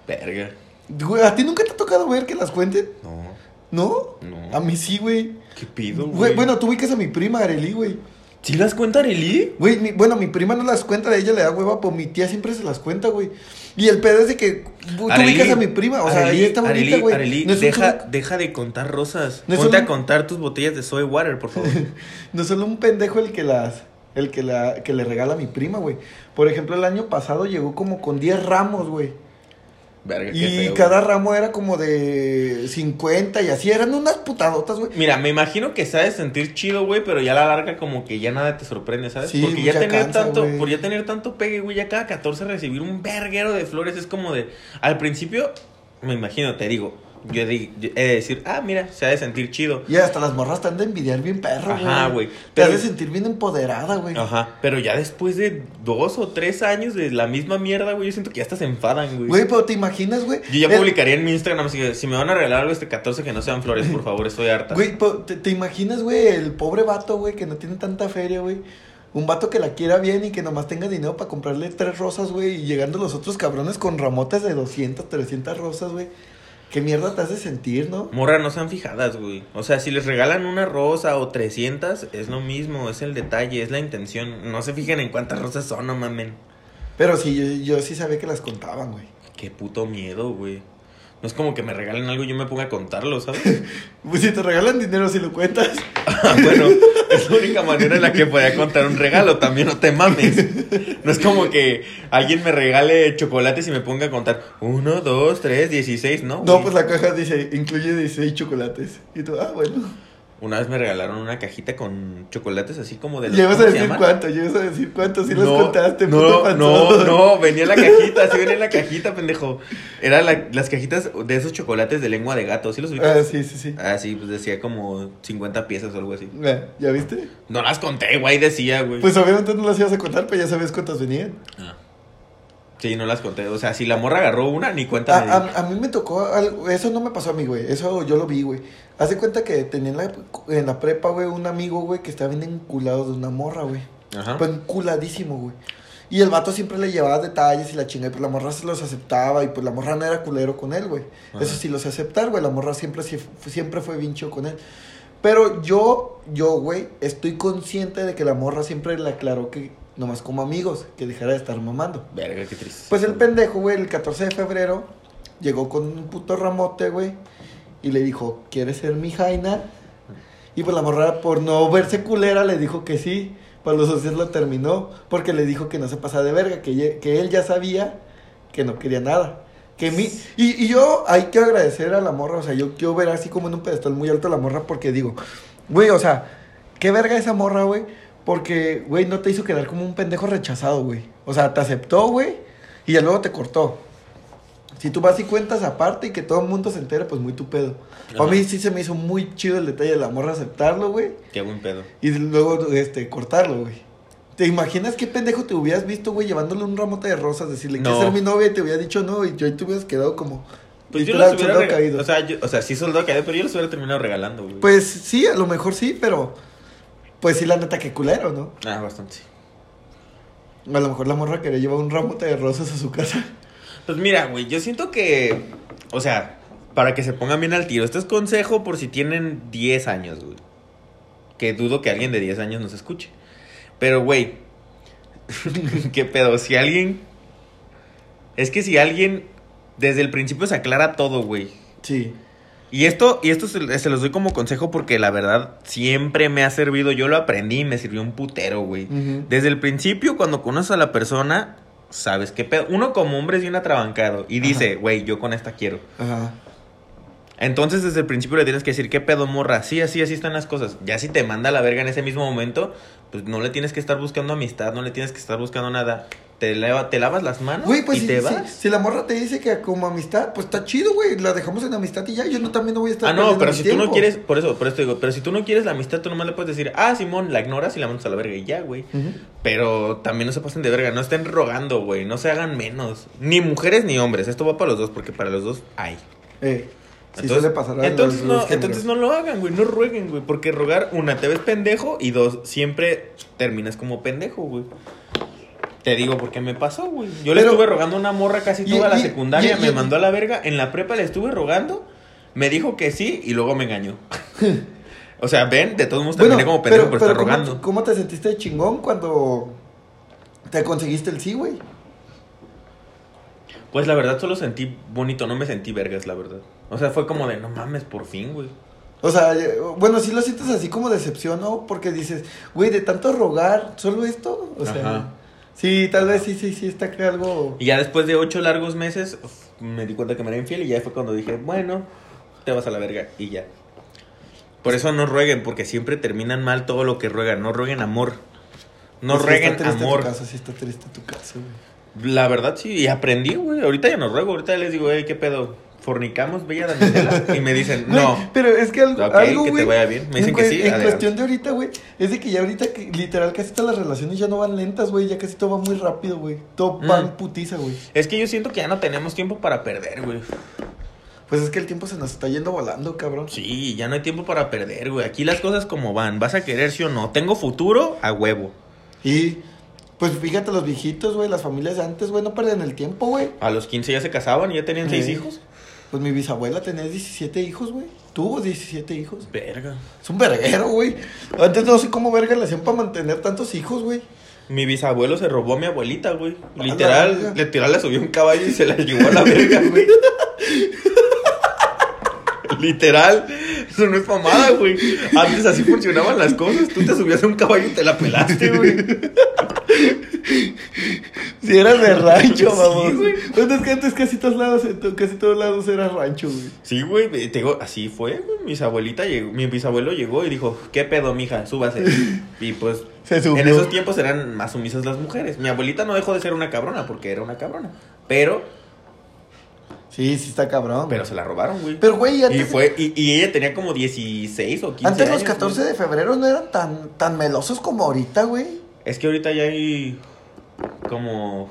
[SPEAKER 1] Verga.
[SPEAKER 2] Güey, ¿a ti nunca te ha tocado ver que las cuenten?
[SPEAKER 1] No,
[SPEAKER 2] ¿No?
[SPEAKER 1] no.
[SPEAKER 2] A mí sí, güey.
[SPEAKER 1] Ah, ¿Qué pido,
[SPEAKER 2] Güey, bueno, tú ubicas a mi prima, Arely, güey.
[SPEAKER 1] ¿Sí las cuenta Arely?
[SPEAKER 2] Güey, mi- bueno, mi prima no las cuenta, a ella le da hueva, pues mi tía siempre se las cuenta, güey. Y el pedo es de que güey, tú
[SPEAKER 1] Arely,
[SPEAKER 2] ubicas a mi prima, o sea,
[SPEAKER 1] Arely,
[SPEAKER 2] ella está bonita,
[SPEAKER 1] Arely,
[SPEAKER 2] güey.
[SPEAKER 1] Arely,
[SPEAKER 2] No es un
[SPEAKER 1] deja,
[SPEAKER 2] solo-
[SPEAKER 1] deja de contar rosas.
[SPEAKER 2] No es
[SPEAKER 1] Ponte
[SPEAKER 2] un-
[SPEAKER 1] a contar tus botellas de soy water, por favor.
[SPEAKER 2] No es solo un pendejo el que las. El que, la, que le regala a mi prima, güey. Por ejemplo, el año pasado llegó como con 10 ramos, güey.
[SPEAKER 1] Verga, qué
[SPEAKER 2] Y
[SPEAKER 1] feo,
[SPEAKER 2] cada
[SPEAKER 1] güey.
[SPEAKER 2] ramo era como de 50 y así. Eran unas putadotas, güey.
[SPEAKER 1] Mira, me imagino que sabes sentir chido, güey, pero ya a la larga como que ya nada te sorprende, ¿sabes?
[SPEAKER 2] Sí,
[SPEAKER 1] Porque
[SPEAKER 2] güey,
[SPEAKER 1] ya
[SPEAKER 2] ya
[SPEAKER 1] tener
[SPEAKER 2] cansa,
[SPEAKER 1] tanto,
[SPEAKER 2] güey.
[SPEAKER 1] por ya tener tanto pegue, güey, ya cada 14 recibir un verguero de flores es como de al principio me imagino, te digo, yo, di- yo he de decir, ah, mira, se ha de sentir chido.
[SPEAKER 2] Y hasta las morras te han de envidiar bien perro, güey.
[SPEAKER 1] Ajá, güey.
[SPEAKER 2] Te has
[SPEAKER 1] Pero-
[SPEAKER 2] de sentir bien empoderada, güey.
[SPEAKER 1] Ajá, pero ya después de dos o tres años de la misma mierda, güey, yo siento que ya hasta se enfadan, güey.
[SPEAKER 2] Güey, pero te imaginas, güey.
[SPEAKER 1] Yo ya
[SPEAKER 2] El-
[SPEAKER 1] publicaría en mi Instagram, así que si me van a regalar algo este 14 que no sean flores, por favor, estoy harta.
[SPEAKER 2] Güey, po- te, te imaginas, güey, el pobre vato, güey, que no tiene tanta feria, güey. Un vato que la quiera bien y que nomás tenga dinero para comprarle tres rosas, güey. Y llegando los otros cabrones con ramotas de 200, 300 rosas, güey. ¿Qué mierda te hace sentir, no?
[SPEAKER 1] Morra, no sean fijadas, güey. O sea, si les regalan una rosa o 300, es lo mismo, es el detalle, es la intención. No se fijen en cuántas rosas son, no mamen.
[SPEAKER 2] Pero sí, yo, yo sí sabía que las contaban, güey.
[SPEAKER 1] Qué puto miedo, güey. No es como que me regalen algo y yo me ponga a contarlo, ¿sabes?
[SPEAKER 2] Pues si te regalan dinero, si lo cuentas.
[SPEAKER 1] Ah, bueno, es la única manera en la que podía contar un regalo, también no te mames. No es como que alguien me regale chocolates y me ponga a contar 1, 2, 3, 16, ¿no?
[SPEAKER 2] No,
[SPEAKER 1] güey.
[SPEAKER 2] pues la caja dice, incluye 16 chocolates. Y tú, ah, bueno.
[SPEAKER 1] Una vez me regalaron una cajita con chocolates así como de los-
[SPEAKER 2] Llevas a
[SPEAKER 1] ¿cómo se
[SPEAKER 2] decir
[SPEAKER 1] llaman?
[SPEAKER 2] cuánto, llevas a decir cuánto, si las
[SPEAKER 1] no,
[SPEAKER 2] contaste,
[SPEAKER 1] no,
[SPEAKER 2] puto panzón.
[SPEAKER 1] no, no, venía la cajita, sí venía la cajita, pendejo. Era la- las cajitas de esos chocolates de lengua de gato, ¿sí los ubicas?
[SPEAKER 2] Ah, sí, sí, sí.
[SPEAKER 1] Ah, sí, pues decía como 50 piezas o algo así.
[SPEAKER 2] Ah, ¿Ya viste?
[SPEAKER 1] No las conté, güey, decía, güey.
[SPEAKER 2] Pues obviamente no las ibas a contar, pero ya sabías cuántas venían.
[SPEAKER 1] Ah. Sí, no las conté. O sea, si la morra agarró una, ni cuenta me
[SPEAKER 2] A,
[SPEAKER 1] di.
[SPEAKER 2] Ah, a- a mí me tocó algo, eso no me pasó a mí, güey, eso yo lo vi, güey. Haz de cuenta que tenía en la, en la prepa, güey, un amigo, güey, que estaba bien enculado de una morra, güey.
[SPEAKER 1] Ajá.
[SPEAKER 2] Pues enculadísimo, güey. Y el vato siempre le llevaba detalles y la chinga, y pues la morra se los aceptaba, y pues la morra no era culero con él, güey.
[SPEAKER 1] Ajá.
[SPEAKER 2] Eso sí los aceptar, güey, la morra siempre, sí fu- siempre fue vincho con él. Pero yo, yo, güey, estoy consciente de que la morra siempre le aclaró que nomás como amigos, que dejara de estar mamando.
[SPEAKER 1] Verga, qué triste.
[SPEAKER 2] Pues el pendejo, güey, el 14 de febrero llegó con un puto ramote, güey, y le dijo, ¿quieres ser mi jaina? Y pues la morra, por no verse culera, le dijo que sí. Para los socios lo terminó, porque le dijo que no se pasaba de verga, que, ye- que él ya sabía que no quería nada. Que mi, y, y yo hay que agradecer a la morra, o sea, yo quiero ver así como en un pedestal muy alto a la morra, porque digo, güey, o sea, qué verga esa morra, güey, porque, güey, no te hizo quedar como un pendejo rechazado, güey. O sea, te aceptó, güey, y ya luego te cortó. Si tú vas y cuentas aparte y que todo el mundo se entere, pues muy tu pedo. A
[SPEAKER 1] Ajá.
[SPEAKER 2] mí sí se me hizo muy chido el detalle de la morra aceptarlo, güey.
[SPEAKER 1] Qué buen pedo.
[SPEAKER 2] Y luego, este, cortarlo, güey. ¿Te imaginas qué pendejo te hubieras visto, güey, llevándole un ramote de rosas, decirle, ¿quieres
[SPEAKER 1] No.
[SPEAKER 2] ser mi novia? Y te hubiera dicho no, y yo ahí te hubieras quedado como...
[SPEAKER 1] Pues yo
[SPEAKER 2] literal,
[SPEAKER 1] los hubiera
[SPEAKER 2] soldado
[SPEAKER 1] rega-
[SPEAKER 2] caído.
[SPEAKER 1] O sea, yo- o sea, sí soldado caído, pero yo los hubiera terminado regalando, güey.
[SPEAKER 2] Pues sí, a lo mejor sí, pero... Pues sí, la neta, qué culero, ¿no?
[SPEAKER 1] Ah, bastante.
[SPEAKER 2] A lo mejor la morra quería llevar un ramote de rosas a su casa.
[SPEAKER 1] Pues mira, güey, yo siento que. O sea, para que se pongan bien al tiro. Este es consejo por si tienen 10 años, güey. Que dudo que alguien de 10 años nos escuche. Pero, güey. ¿Qué pedo? Si alguien. Es que si alguien. Desde el principio se aclara todo, güey.
[SPEAKER 2] Sí.
[SPEAKER 1] Y esto, y esto se, se los doy como consejo porque la verdad siempre me ha servido. Yo lo aprendí y me sirvió un putero, güey.
[SPEAKER 2] Ujú.
[SPEAKER 1] Desde el principio, cuando conoces a la persona, sabes qué pedo. Uno como hombre es bien atrabancado y
[SPEAKER 2] Ajá.
[SPEAKER 1] dice, güey, yo con esta quiero.
[SPEAKER 2] Ajá.
[SPEAKER 1] Entonces, desde el principio le tienes que decir, qué pedo, morra. Sí, así, así están las cosas. Ya si te manda a la verga en ese mismo momento, pues no le tienes que estar buscando amistad, no le tienes que estar buscando nada. Te, lava- te lavas las manos
[SPEAKER 2] Güey, pues
[SPEAKER 1] y
[SPEAKER 2] si,
[SPEAKER 1] te
[SPEAKER 2] si-
[SPEAKER 1] vas.
[SPEAKER 2] si la morra te dice que como amistad, pues está chido, güey. La dejamos en amistad y ya. Yo no, también no voy a estar.
[SPEAKER 1] Ah, no,
[SPEAKER 2] perdiendo
[SPEAKER 1] pero
[SPEAKER 2] mi
[SPEAKER 1] si tú no
[SPEAKER 2] tiempo.
[SPEAKER 1] quieres, por eso, por eso te digo, pero si tú no quieres la amistad, tú nomás le puedes decir, ah, Simón, la ignoras y la mandas a la verga y ya, güey.
[SPEAKER 2] Ujú.
[SPEAKER 1] Pero también no se pasen de verga, no estén rogando, güey, no se hagan menos. Ni mujeres ni hombres, esto va para los dos, porque para los dos hay.
[SPEAKER 2] Eh, si suele pasar a
[SPEAKER 1] entonces,
[SPEAKER 2] los-
[SPEAKER 1] no,
[SPEAKER 2] los géneros.
[SPEAKER 1] entonces no lo hagan, güey, no rueguen, güey, porque rogar, una, te ves pendejo y dos, siempre terminas como pendejo, güey. Te digo porque me pasó, güey. Yo le
[SPEAKER 2] Pero-
[SPEAKER 1] estuve rogando a una morra casi
[SPEAKER 2] Y-
[SPEAKER 1] toda la
[SPEAKER 2] y-
[SPEAKER 1] secundaria,
[SPEAKER 2] y-
[SPEAKER 1] me
[SPEAKER 2] y-
[SPEAKER 1] mandó a la verga, en la prepa le estuve rogando, me dijo que sí y luego me engañó. o sea, ven, de todos modos terminé como pendejo por estar
[SPEAKER 2] ¿cómo-
[SPEAKER 1] rogando.
[SPEAKER 2] ¿cómo, te sentiste de chingón cuando te conseguiste el sí, güey?
[SPEAKER 1] Pues la verdad solo sentí bonito, no me sentí vergas, la verdad. O sea, fue como de, no mames, por fin, güey.
[SPEAKER 2] O sea, eh, bueno, sí lo sientes así como decepción, ¿no? Porque dices, güey, de tanto rogar, solo esto. O sea,
[SPEAKER 1] Ajá.
[SPEAKER 2] sí, tal vez sí, sí, sí, está que algo.
[SPEAKER 1] Y ya después de ocho largos meses, uf, me di cuenta que me era infiel y ya fue cuando dije, bueno, te vas a la verga y ya. Por eso no rueguen, porque siempre terminan mal todo lo que ruegan. No rueguen amor. No
[SPEAKER 2] Pues sí
[SPEAKER 1] rueguen
[SPEAKER 2] está triste
[SPEAKER 1] amor.
[SPEAKER 2] Tu caso, sí, está triste tu caso, güey.
[SPEAKER 1] La verdad sí, y aprendí, güey. Ahorita ya no ruego, ahorita les digo, hey, qué pedo. fornicamos, bella damisela, y me dicen,
[SPEAKER 2] Güey,
[SPEAKER 1] no.
[SPEAKER 2] Pero es que algo,
[SPEAKER 1] Ok,
[SPEAKER 2] algo,
[SPEAKER 1] que te
[SPEAKER 2] güey,
[SPEAKER 1] vaya bien. Me dicen que
[SPEAKER 2] güey,
[SPEAKER 1] sí,
[SPEAKER 2] En
[SPEAKER 1] adelante.
[SPEAKER 2] cuestión de ahorita, güey, es de que ya ahorita, que, literal, casi todas las relaciones ya no van lentas, güey. Ya casi todo va muy rápido, güey. Todo
[SPEAKER 1] Mm.
[SPEAKER 2] pan putiza, güey.
[SPEAKER 1] Es que yo siento que ya no tenemos tiempo para perder, güey.
[SPEAKER 2] Pues es que el tiempo se nos está yendo volando, cabrón.
[SPEAKER 1] Sí, ya no hay tiempo para perder, güey. Aquí las cosas como van. ¿Vas a querer sí o no? ¿Tengo futuro? A huevo.
[SPEAKER 2] Y, pues fíjate, los viejitos, güey, las familias de antes, güey, no pierden el tiempo, güey.
[SPEAKER 1] A los 15 ya se casaban y ya tenían seis
[SPEAKER 2] Sí.
[SPEAKER 1] hijos.
[SPEAKER 2] Pues mi bisabuela tenía 17 hijos, güey. Tuvo 17 hijos.
[SPEAKER 1] Verga.
[SPEAKER 2] Es un verguero, güey. Antes no sé cómo verga le hacían para mantener tantos hijos, güey.
[SPEAKER 1] Mi bisabuelo se robó a mi abuelita, güey.
[SPEAKER 2] A la
[SPEAKER 1] Literal,
[SPEAKER 2] verga.
[SPEAKER 1] literal la subió un caballo y se la llevó a la verga, güey. literal. Eso no es mamada, güey. Antes así funcionaban las cosas. Tú te subías a un caballo y te la pelaste, güey.
[SPEAKER 2] Si eras de rancho,
[SPEAKER 1] Sí,
[SPEAKER 2] vamos.
[SPEAKER 1] güey.
[SPEAKER 2] Antes que antes casi todos lados, en to- casi todos lados era rancho, güey.
[SPEAKER 1] Sí, güey, te digo, así fue, güey. Mis abuelita llegó, mi bisabuelo llegó y dijo, ¿qué pedo, mija? Súbase. Y pues,
[SPEAKER 2] Se subió.
[SPEAKER 1] en esos tiempos eran más sumisas las mujeres. Mi abuelita no dejó de ser una cabrona porque era una cabrona. Pero,
[SPEAKER 2] Sí, sí está cabrón.
[SPEAKER 1] pero se la robaron, güey.
[SPEAKER 2] Pero, güey,
[SPEAKER 1] Y
[SPEAKER 2] antes,
[SPEAKER 1] fue, y, y ella tenía como 16 o 15
[SPEAKER 2] antes los
[SPEAKER 1] años,
[SPEAKER 2] 14
[SPEAKER 1] güey.
[SPEAKER 2] de febrero no eran tan, tan melosos como ahorita, güey.
[SPEAKER 1] Es que ahorita ya hay como,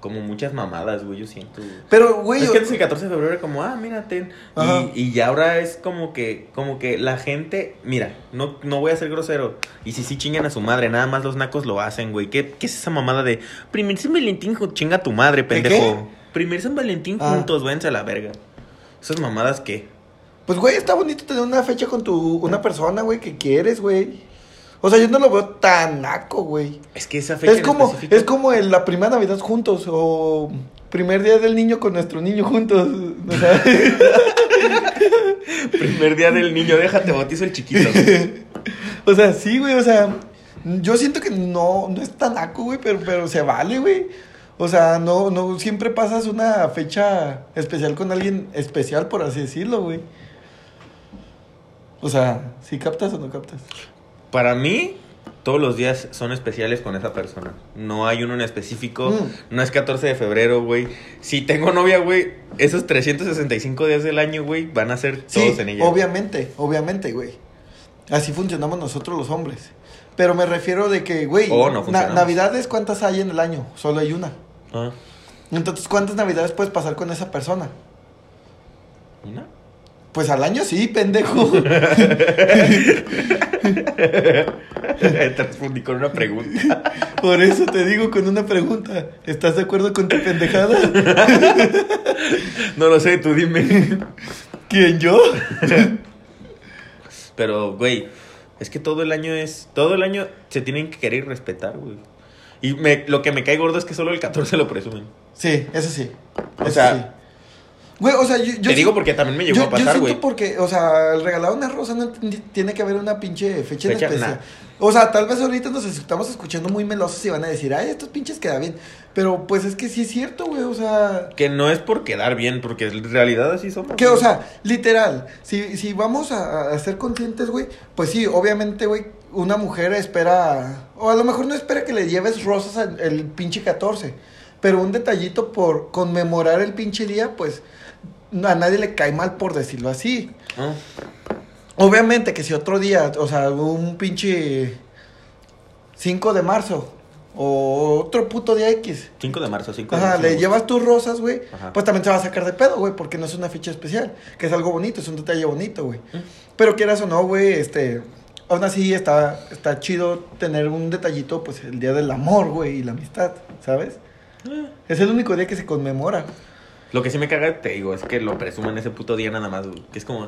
[SPEAKER 1] como muchas mamadas, güey, yo siento. güey.
[SPEAKER 2] Pero, güey,
[SPEAKER 1] es
[SPEAKER 2] yo-
[SPEAKER 1] que antes el 14 de febrero era como, ah, mira, ten.
[SPEAKER 2] Ajá.
[SPEAKER 1] Y, y ya ahora es como que, como que la gente, mira, no, no voy a ser grosero. Y si sí chingan a su madre, nada más los nacos lo hacen, güey. ¿Qué, qué es esa mamada de primer San Valentín ju- chinga a tu madre,
[SPEAKER 2] ¿De qué?
[SPEAKER 1] pendejo? Primer San Valentín
[SPEAKER 2] Ah.
[SPEAKER 1] juntos, váyanse a la verga. Esas mamadas que.
[SPEAKER 2] Pues, güey, está bonito tener una fecha con tu, una persona, güey, que quieres, güey. O sea, yo no lo veo tan naco, güey.
[SPEAKER 1] Es que esa fecha.
[SPEAKER 2] Es
[SPEAKER 1] en
[SPEAKER 2] como,
[SPEAKER 1] específico-
[SPEAKER 2] es como el- la primera Navidad juntos o primer día del niño con nuestro niño juntos. ¿no sabes?
[SPEAKER 1] Primer día del niño, déjate bautizo el chiquito.
[SPEAKER 2] o sea, sí, güey, o sea, yo siento que no, no es tan naco, güey, pero, pero se vale, güey. O sea, no, no siempre pasas una fecha especial con alguien especial, por así decirlo, güey. O sea, ¿sí captas o no captas?
[SPEAKER 1] Para mí, todos los días son especiales con esa persona. No hay uno en específico.
[SPEAKER 2] Mm.
[SPEAKER 1] No es 14 de febrero, güey. Si tengo novia, güey, esos 365 días del año, güey, van a ser
[SPEAKER 2] Sí,
[SPEAKER 1] todos en ella.
[SPEAKER 2] obviamente, obviamente, güey. Así funcionamos nosotros los hombres. Pero me refiero de que, güey,
[SPEAKER 1] O Oh, no funcionamos.
[SPEAKER 2] navidades cuántas hay en el año, solo hay una.
[SPEAKER 1] Ah,
[SPEAKER 2] Entonces, ¿cuántas navidades puedes pasar con esa persona?
[SPEAKER 1] ¿una?
[SPEAKER 2] Pues al año sí, pendejo.
[SPEAKER 1] Transfundí con una pregunta.
[SPEAKER 2] Por eso te digo con una pregunta, ¿estás de acuerdo con tu pendejada?
[SPEAKER 1] No lo sé, tú dime.
[SPEAKER 2] ¿Quién yo?
[SPEAKER 1] Pero, güey, es que todo el año es. Todo el año se tienen que querer y respetar, güey. Y me- lo que me cae gordo es que solo el 14 lo presumen.
[SPEAKER 2] Sí, eso sí.
[SPEAKER 1] O
[SPEAKER 2] eso
[SPEAKER 1] sea,
[SPEAKER 2] sí. güey, o sea, yo, yo
[SPEAKER 1] Te
[SPEAKER 2] sí-
[SPEAKER 1] digo porque también me llegó
[SPEAKER 2] Yo,
[SPEAKER 1] a
[SPEAKER 2] yo
[SPEAKER 1] pasar,
[SPEAKER 2] siento
[SPEAKER 1] güey.
[SPEAKER 2] porque, o sea, el regalar una rosa no t- tiene que haber una pinche fecha, en
[SPEAKER 1] Fecha,
[SPEAKER 2] especial.
[SPEAKER 1] nah.
[SPEAKER 2] O sea, tal vez ahorita nos estamos escuchando muy melosos y van a decir, ay, estos pinches queda bien. Pero pues es que sí es cierto, güey, o sea.
[SPEAKER 1] Que no es por quedar bien, porque en realidad así somos.
[SPEAKER 2] Que, o
[SPEAKER 1] güey.
[SPEAKER 2] sea, literal, si, si vamos a, a ser conscientes, güey, pues sí, obviamente, güey, una mujer espera, o a lo mejor no espera que le lleves rosas al el pinche 14, pero un detallito por conmemorar el pinche día, pues a nadie le cae mal por decirlo así.
[SPEAKER 1] Ah,
[SPEAKER 2] Obviamente que si otro día, o sea, un pinche 5 de marzo o otro puto día X,
[SPEAKER 1] 5 de marzo, 5 de
[SPEAKER 2] ajá,
[SPEAKER 1] marzo.
[SPEAKER 2] le llevas tus rosas, güey,
[SPEAKER 1] Ajá.
[SPEAKER 2] pues también te va a sacar de pedo, güey, porque no es una fecha especial, que es algo bonito, es un detalle bonito, güey.
[SPEAKER 1] Mm.
[SPEAKER 2] Pero quieras o no, güey, este, aún así está, está chido tener un detallito, pues el día del amor, güey, y la amistad, ¿sabes?
[SPEAKER 1] Eh.
[SPEAKER 2] Es el único día que se conmemora.
[SPEAKER 1] Lo que sí me caga, te digo, es que lo presuman ese puto día nada más, güey. Que es como.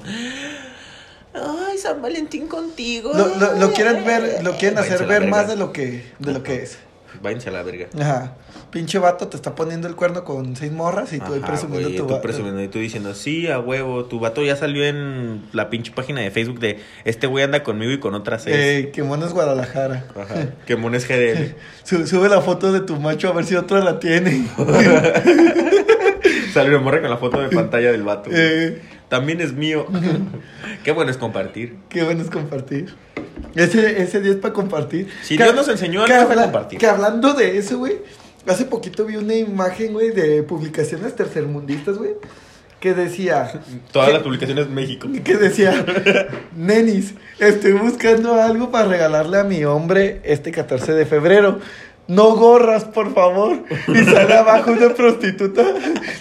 [SPEAKER 1] Ay, San Valentín contigo.
[SPEAKER 2] Lo, lo- lo quieren ver, lo quieren
[SPEAKER 1] Váyanse
[SPEAKER 2] hacer
[SPEAKER 1] a la
[SPEAKER 2] ver más
[SPEAKER 1] verga.
[SPEAKER 2] de lo que, de lo que es.
[SPEAKER 1] Váyanse a la verga.
[SPEAKER 2] Ajá. Pinche vato te está poniendo el cuerno con seis morras y tú ahí
[SPEAKER 1] Ajá,
[SPEAKER 2] presumiendo
[SPEAKER 1] güey,
[SPEAKER 2] tu
[SPEAKER 1] tú
[SPEAKER 2] vato.
[SPEAKER 1] presumiendo y tú diciendo, sí, a huevo, tu vato ya salió en la pinche página de Facebook de este güey anda conmigo y con otras seis.
[SPEAKER 2] Eh, que mono es Guadalajara.
[SPEAKER 1] Ajá, que mones GDL.
[SPEAKER 2] Su- sube la foto de tu macho a ver si otra la tiene.
[SPEAKER 1] Sale una morra con la foto de pantalla del vato. güey.
[SPEAKER 2] Eh,
[SPEAKER 1] También es mío. Qué bueno es compartir.
[SPEAKER 2] qué bueno es compartir. Ese, ese día es para compartir.
[SPEAKER 1] Si Dios nos enseñó algo,
[SPEAKER 2] que
[SPEAKER 1] es pa'
[SPEAKER 2] habla-
[SPEAKER 1] compartir.
[SPEAKER 2] Que hablando de eso, güey. Hace poquito vi una imagen, güey, de publicaciones tercermundistas, güey. que decía,
[SPEAKER 1] Todas las publicaciones México.
[SPEAKER 2] que decía, nenis, estoy buscando algo para regalarle a mi hombre este 14 de febrero. No gorras, por favor. Y sale abajo una prostituta,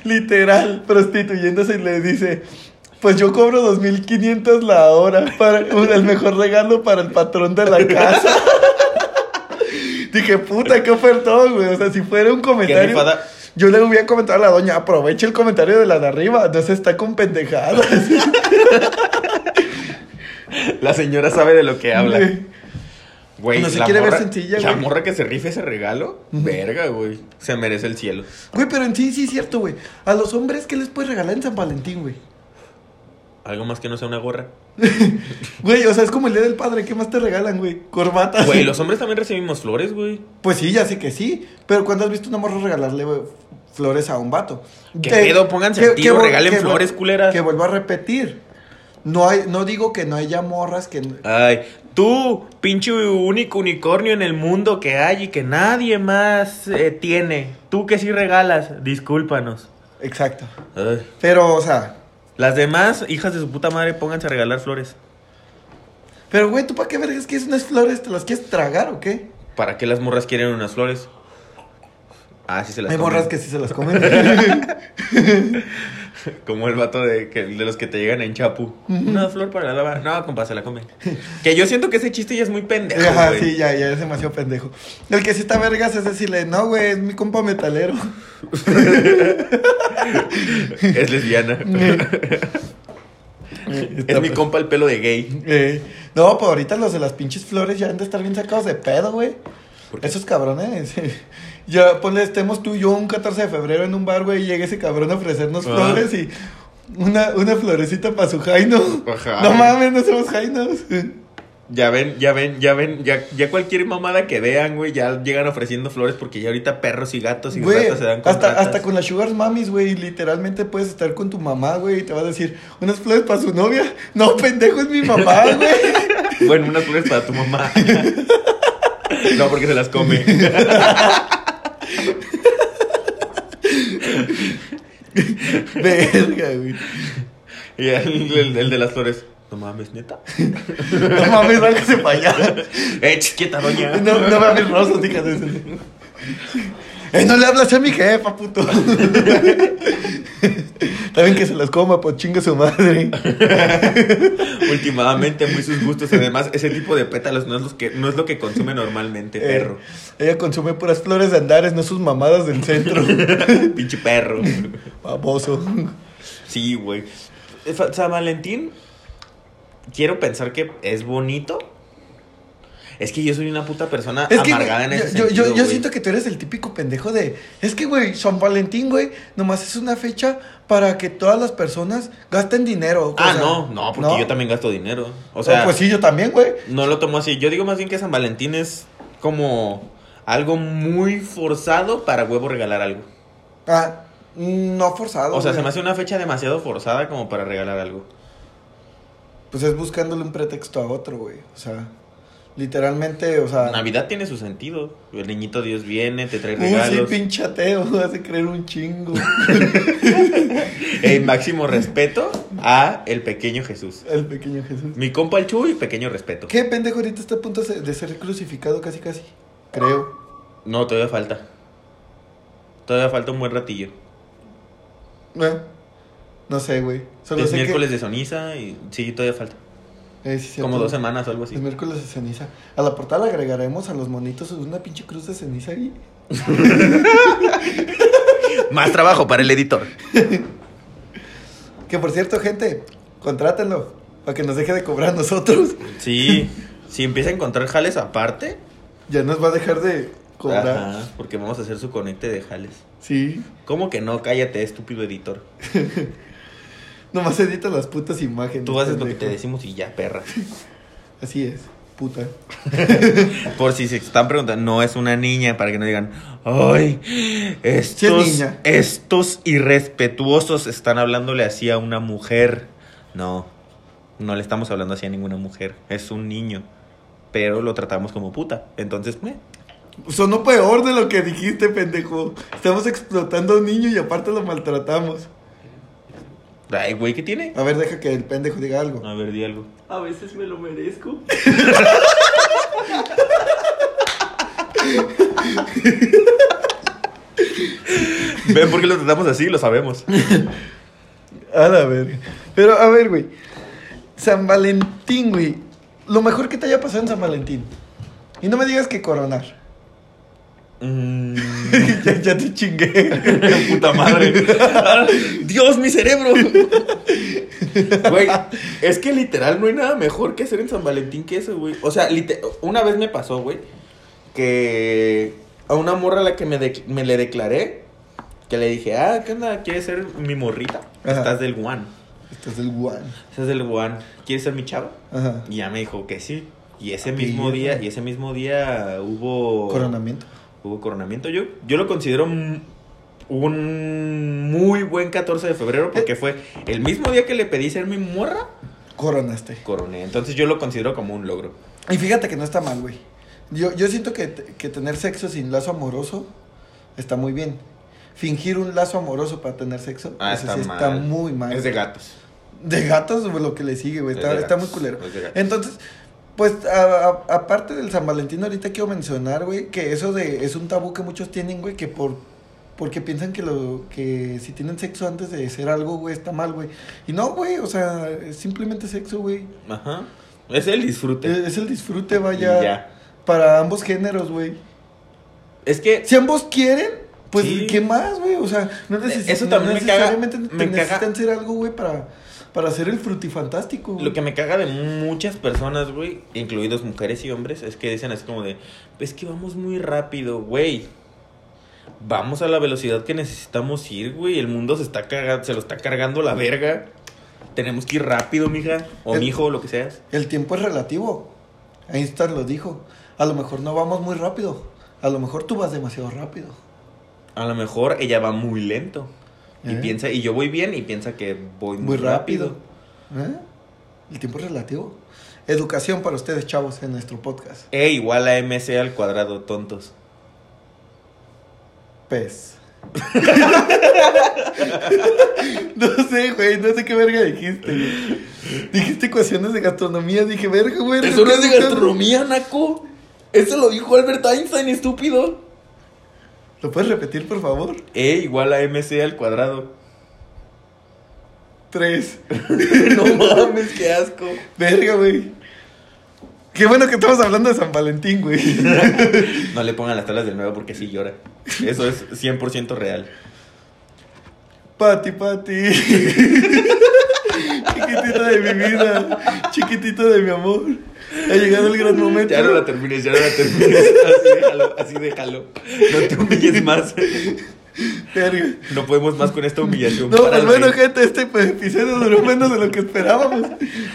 [SPEAKER 2] literal, prostituyéndose y le dice, pues yo cobro 2.500 la hora para el mejor regalo para el patrón de la casa. Dije, puta, qué ofertón, güey. O sea, si fuera un
[SPEAKER 1] Qué
[SPEAKER 2] comentario...
[SPEAKER 1] rifada.
[SPEAKER 2] Yo le hubiera comentado a la doña, aproveche el comentario de la de arriba, no se está con pendejadas.
[SPEAKER 1] La señora sabe de lo que habla.
[SPEAKER 2] Sí.
[SPEAKER 1] Güey,
[SPEAKER 2] No se
[SPEAKER 1] la
[SPEAKER 2] quiere ver
[SPEAKER 1] morra-
[SPEAKER 2] sencilla,
[SPEAKER 1] La
[SPEAKER 2] güey.
[SPEAKER 1] morra que se rife ese regalo, verga, güey. Se merece el cielo.
[SPEAKER 2] Güey, pero en sí, sí es cierto, güey. A los hombres, ¿qué les puedes regalar en San Valentín, güey?
[SPEAKER 1] Algo más que no sea una gorra.
[SPEAKER 2] Güey, o sea, es como el Día del Padre, ¿qué más te regalan, güey? Corbatas.
[SPEAKER 1] Güey, los hombres también recibimos flores, güey.
[SPEAKER 2] Pues sí, ya sé que sí, pero ¿cuándo has visto una morra regalarle güey, flores a un vato?
[SPEAKER 1] ¿Qué
[SPEAKER 2] Te-
[SPEAKER 1] pedo? Pónganse
[SPEAKER 2] que-
[SPEAKER 1] al tiro,
[SPEAKER 2] que vol-
[SPEAKER 1] regalen
[SPEAKER 2] que vol-
[SPEAKER 1] flores, culeras.
[SPEAKER 2] Que vuelvo a repetir. No, hay, no digo que no haya morras que...
[SPEAKER 1] Ay, tú, pinche único unicornio en el mundo que hay y que nadie más eh, tiene. Tú que sí regalas, discúlpanos.
[SPEAKER 2] Exacto.
[SPEAKER 1] Ay.
[SPEAKER 2] Pero, o sea...
[SPEAKER 1] Las demás, hijas de su puta madre, pónganse a regalar flores.
[SPEAKER 2] Pero, güey, ¿tú para qué vergas quieres unas flores? ¿Te las quieres tragar o qué?
[SPEAKER 1] ¿Para qué las morras quieren unas flores? Ah, sí se las
[SPEAKER 2] Hay
[SPEAKER 1] comen.
[SPEAKER 2] morras que sí se las comen. Güey,
[SPEAKER 1] Como el vato de, que, de los que te llegan en Chapu. Una flor para la lava. No, compa, se la comen. que yo siento que ese chiste ya es muy pendejo.
[SPEAKER 2] Ajá,
[SPEAKER 1] güey.
[SPEAKER 2] sí, ya, ya es demasiado pendejo. El que sí está vergas es decirle, no, güey, es mi compa metalero.
[SPEAKER 1] Es lesbiana. es mi compa el pelo de gay.
[SPEAKER 2] Eh, no, pues ahorita los de las pinches flores ya han de estar bien sacados de pedo, güey.
[SPEAKER 1] ¿Por qué?
[SPEAKER 2] Esos cabrones. ya, ponle, estemos tú y yo un 14 de febrero en un bar, güey, y llega ese cabrón a ofrecernos
[SPEAKER 1] Ah.
[SPEAKER 2] flores y una, una florecita para su Jaino.
[SPEAKER 1] Ajá.
[SPEAKER 2] No mames, no somos Jainos.
[SPEAKER 1] Ya ven, ya ven, ya ven, ya, ya cualquier mamada que vean, güey, ya llegan ofreciendo flores porque ya ahorita perros y gatos y
[SPEAKER 2] Güey,
[SPEAKER 1] ratas se dan
[SPEAKER 2] hasta,
[SPEAKER 1] contratas.
[SPEAKER 2] hasta con las sugar mamis, güey, literalmente puedes estar con tu mamá, güey, y te va a decir, unas flores para su novia. No, pendejo, es mi mamá, güey.
[SPEAKER 1] Bueno, unas flores para tu mamá. no, porque se las come.
[SPEAKER 2] Verga, güey.
[SPEAKER 1] Y el, el- el de las flores. No mames, neta.
[SPEAKER 2] No mames, váyase para allá.
[SPEAKER 1] Eh, ch, quieta, doña.
[SPEAKER 2] No, no mames, rosas, hija de ese. Eh, no le hablas a mi jefa, puto. También que se las coma, pues chinga su madre.
[SPEAKER 1] Últimamente, muy sus gustos. Además, ese tipo de pétalos no es, los que, no es lo que consume normalmente,
[SPEAKER 2] Eh,
[SPEAKER 1] perro.
[SPEAKER 2] ella consume puras flores de andares, no sus mamadas del centro.
[SPEAKER 1] Pinche perro.
[SPEAKER 2] Baboso.
[SPEAKER 1] Sí, güey. Eh, fa- San Valentín, quiero pensar que es bonito. Es que yo soy una puta persona
[SPEAKER 2] Es que,
[SPEAKER 1] amargada en
[SPEAKER 2] güey,
[SPEAKER 1] ese
[SPEAKER 2] yo, yo-
[SPEAKER 1] sentido,
[SPEAKER 2] yo
[SPEAKER 1] güey.
[SPEAKER 2] siento que tú eres el típico pendejo de. Es que, güey, San Valentín, güey, nomás es una fecha para que todas las personas gasten dinero.
[SPEAKER 1] Ah,
[SPEAKER 2] o sea,
[SPEAKER 1] no, no, porque yo también gasto dinero. O sea,
[SPEAKER 2] No, pues sí, yo también, güey.
[SPEAKER 1] no lo tomo así. Yo digo más bien que San Valentín es como algo muy forzado para huevo regalar algo.
[SPEAKER 2] Ah, no forzado.
[SPEAKER 1] O sea,
[SPEAKER 2] güey.
[SPEAKER 1] se me hace una fecha demasiado forzada como para regalar algo.
[SPEAKER 2] Pues es buscándole un pretexto a otro, güey. O sea, literalmente, o sea.
[SPEAKER 1] Navidad tiene su sentido. El niñito Dios viene, te trae
[SPEAKER 2] Uy, sí,
[SPEAKER 1] regalos.
[SPEAKER 2] pinche ateo, hace creer un chingo.
[SPEAKER 1] El máximo respeto a el pequeño Jesús.
[SPEAKER 2] El pequeño Jesús.
[SPEAKER 1] Mi compa el Chuy, pequeño respeto.
[SPEAKER 2] ¿Qué pendejo ahorita está a punto de ser- de ser crucificado casi casi? Creo.
[SPEAKER 1] No, todavía falta. Todavía falta un buen ratillo.
[SPEAKER 2] Bueno, no sé, güey. Solo
[SPEAKER 1] es
[SPEAKER 2] sé
[SPEAKER 1] miércoles de ceniza y sí, todavía falta.
[SPEAKER 2] que. Eh, sí, cierto.
[SPEAKER 1] Como dos semanas o algo así.
[SPEAKER 2] Es miércoles de ceniza. A la portada le agregaremos a los monitos una pinche cruz de ceniza ahí.
[SPEAKER 1] Más trabajo para el editor.
[SPEAKER 2] Que por cierto, gente, contrátenlo. Para que nos deje de cobrar a nosotros.
[SPEAKER 1] Sí, si empieza a encontrar jales aparte,
[SPEAKER 2] Ya nos va a dejar de cobrar.
[SPEAKER 1] ajá, porque vamos a hacer su conecte de jales.
[SPEAKER 2] Sí.
[SPEAKER 1] ¿Cómo que no? Cállate, estúpido editor.
[SPEAKER 2] Nomás edita las putas imágenes.
[SPEAKER 1] Tú haces lo que te
[SPEAKER 2] pendejo.
[SPEAKER 1] decimos y ya, perra.
[SPEAKER 2] Así es, puta.
[SPEAKER 1] Por si se están preguntando, no es una niña, para que no digan, ay, estos,
[SPEAKER 2] niña.
[SPEAKER 1] estos irrespetuosos están hablándole así a una mujer. No, no le estamos hablando así a ninguna mujer, es un niño, pero lo tratamos como puta. Entonces, meh.
[SPEAKER 2] Sonó peor de lo que dijiste, pendejo. Estamos explotando a un niño y aparte lo maltratamos.
[SPEAKER 1] Ay, güey, ¿qué tiene?
[SPEAKER 2] A ver, deja que el pendejo diga algo.
[SPEAKER 1] A ver, di algo.
[SPEAKER 3] A veces me lo merezco.
[SPEAKER 1] Ven por qué lo tratamos así, lo sabemos.
[SPEAKER 2] A la verga. Pero, a ver, güey. San Valentín, güey. Lo mejor que te haya pasado en San Valentín. Y no me digas que coronar. ya, ya te chingué.
[SPEAKER 1] Puta madre. Dios, mi cerebro. Güey, es que literal no hay nada mejor que hacer en San Valentín que eso, güey. O sea, lite- una vez me pasó, güey, que a una morra a la que me, de- me le declaré, que le dije, ah, ¿qué onda? ¿Quieres ser mi morrita?
[SPEAKER 2] Ajá.
[SPEAKER 1] Estás del guan.
[SPEAKER 2] Este es el guan.
[SPEAKER 1] Estás del guan. ¿Quieres ser mi chava?
[SPEAKER 2] Ajá.
[SPEAKER 1] Y ya me dijo que sí. Y ese
[SPEAKER 2] Ah,
[SPEAKER 1] mismo
[SPEAKER 2] mira.
[SPEAKER 1] día, y ese mismo día hubo...
[SPEAKER 2] Coronamiento.
[SPEAKER 1] Hubo coronamiento. Yo, yo lo considero un, un muy buen 14 de febrero porque fue el mismo día que le pedí ser mi morra,
[SPEAKER 2] Coronaste.
[SPEAKER 1] coroné. Entonces yo lo considero como un logro.
[SPEAKER 2] Y fíjate que no está mal, güey. Yo, yo siento que, t- que tener sexo sin lazo amoroso está muy bien. Fingir un lazo amoroso para tener sexo
[SPEAKER 1] Ah,
[SPEAKER 2] eso
[SPEAKER 1] está,
[SPEAKER 2] sí
[SPEAKER 1] mal.
[SPEAKER 2] está muy mal.
[SPEAKER 1] Es de gatos.
[SPEAKER 2] De gatos güey, lo que le sigue, güey.
[SPEAKER 1] Es
[SPEAKER 2] Está,
[SPEAKER 1] de
[SPEAKER 2] está muy
[SPEAKER 1] gatos,
[SPEAKER 2] culero.
[SPEAKER 1] es de gatos.
[SPEAKER 2] Entonces, pues, a- a- aparte del San Valentín, ahorita quiero mencionar, güey, que eso de es un tabú que muchos tienen, güey, que por porque piensan que lo que si tienen sexo antes de ser algo, güey, está mal, güey. Y no, güey, o sea, es simplemente sexo, güey.
[SPEAKER 1] Ajá. Es el disfrute.
[SPEAKER 2] Es, es el disfrute,
[SPEAKER 1] Y
[SPEAKER 2] vaya.
[SPEAKER 1] ya.
[SPEAKER 2] Para ambos géneros, güey.
[SPEAKER 1] Es que
[SPEAKER 2] Si ambos quieren, pues
[SPEAKER 1] Sí.
[SPEAKER 2] ¿qué más, güey? O sea, no, neces-
[SPEAKER 1] Eso
[SPEAKER 2] no
[SPEAKER 1] también me caga,
[SPEAKER 2] necesariamente
[SPEAKER 1] me
[SPEAKER 2] te
[SPEAKER 1] caga.
[SPEAKER 2] necesitan ser algo, güey, para, para hacer el frutifantástico. güey.
[SPEAKER 1] lo que me caga de muchas personas, güey, incluidos mujeres y hombres, es que dicen así como de, es que vamos muy rápido, güey. Vamos a la velocidad que necesitamos ir, güey. El mundo se está caga- se lo está cargando la verga. Tenemos que ir rápido, mija, o
[SPEAKER 2] El-
[SPEAKER 1] mijo, o lo que seas.
[SPEAKER 2] El tiempo es relativo. Einstein lo dijo. A lo mejor no vamos muy rápido. A lo mejor tú vas demasiado rápido.
[SPEAKER 1] A lo mejor ella va muy lento. Y
[SPEAKER 2] ¿Eh?
[SPEAKER 1] piensa, y yo voy bien y piensa que voy
[SPEAKER 2] Muy rápido. ¿Eh? El tiempo es relativo. Educación para ustedes, chavos, en nuestro podcast.
[SPEAKER 1] E igual a MC al cuadrado, tontos.
[SPEAKER 2] Pez. no sé, güey. No sé qué verga dijiste, güey. Dijiste ecuaciones de gastronomía. Dije, verga, güey. nunca-
[SPEAKER 1] Naco. Eso lo dijo Albert Einstein, estúpido.
[SPEAKER 2] ¿Lo puedes repetir, por favor?
[SPEAKER 1] E igual a MC al cuadrado.
[SPEAKER 2] Tres.
[SPEAKER 1] No mames, qué asco.
[SPEAKER 2] Verga, güey. Qué bueno que estamos hablando de San Valentín, güey.
[SPEAKER 1] No le pongan las tablas del nuevo porque sí llora. Eso es 100% real.
[SPEAKER 2] Pati, Pati. Chiquitita de mi vida. Chiquitita de mi amor. Ha llegado el gran momento.
[SPEAKER 1] Ya no la termines, ya no la termines. Así déjalo, así déjalo. No te humilles más.
[SPEAKER 2] Verga.
[SPEAKER 1] No podemos más con esta humillación.
[SPEAKER 2] No,
[SPEAKER 1] Para
[SPEAKER 2] pues
[SPEAKER 1] el
[SPEAKER 2] bueno,
[SPEAKER 1] rey.
[SPEAKER 2] gente, este pues, episodio duró menos de lo que esperábamos.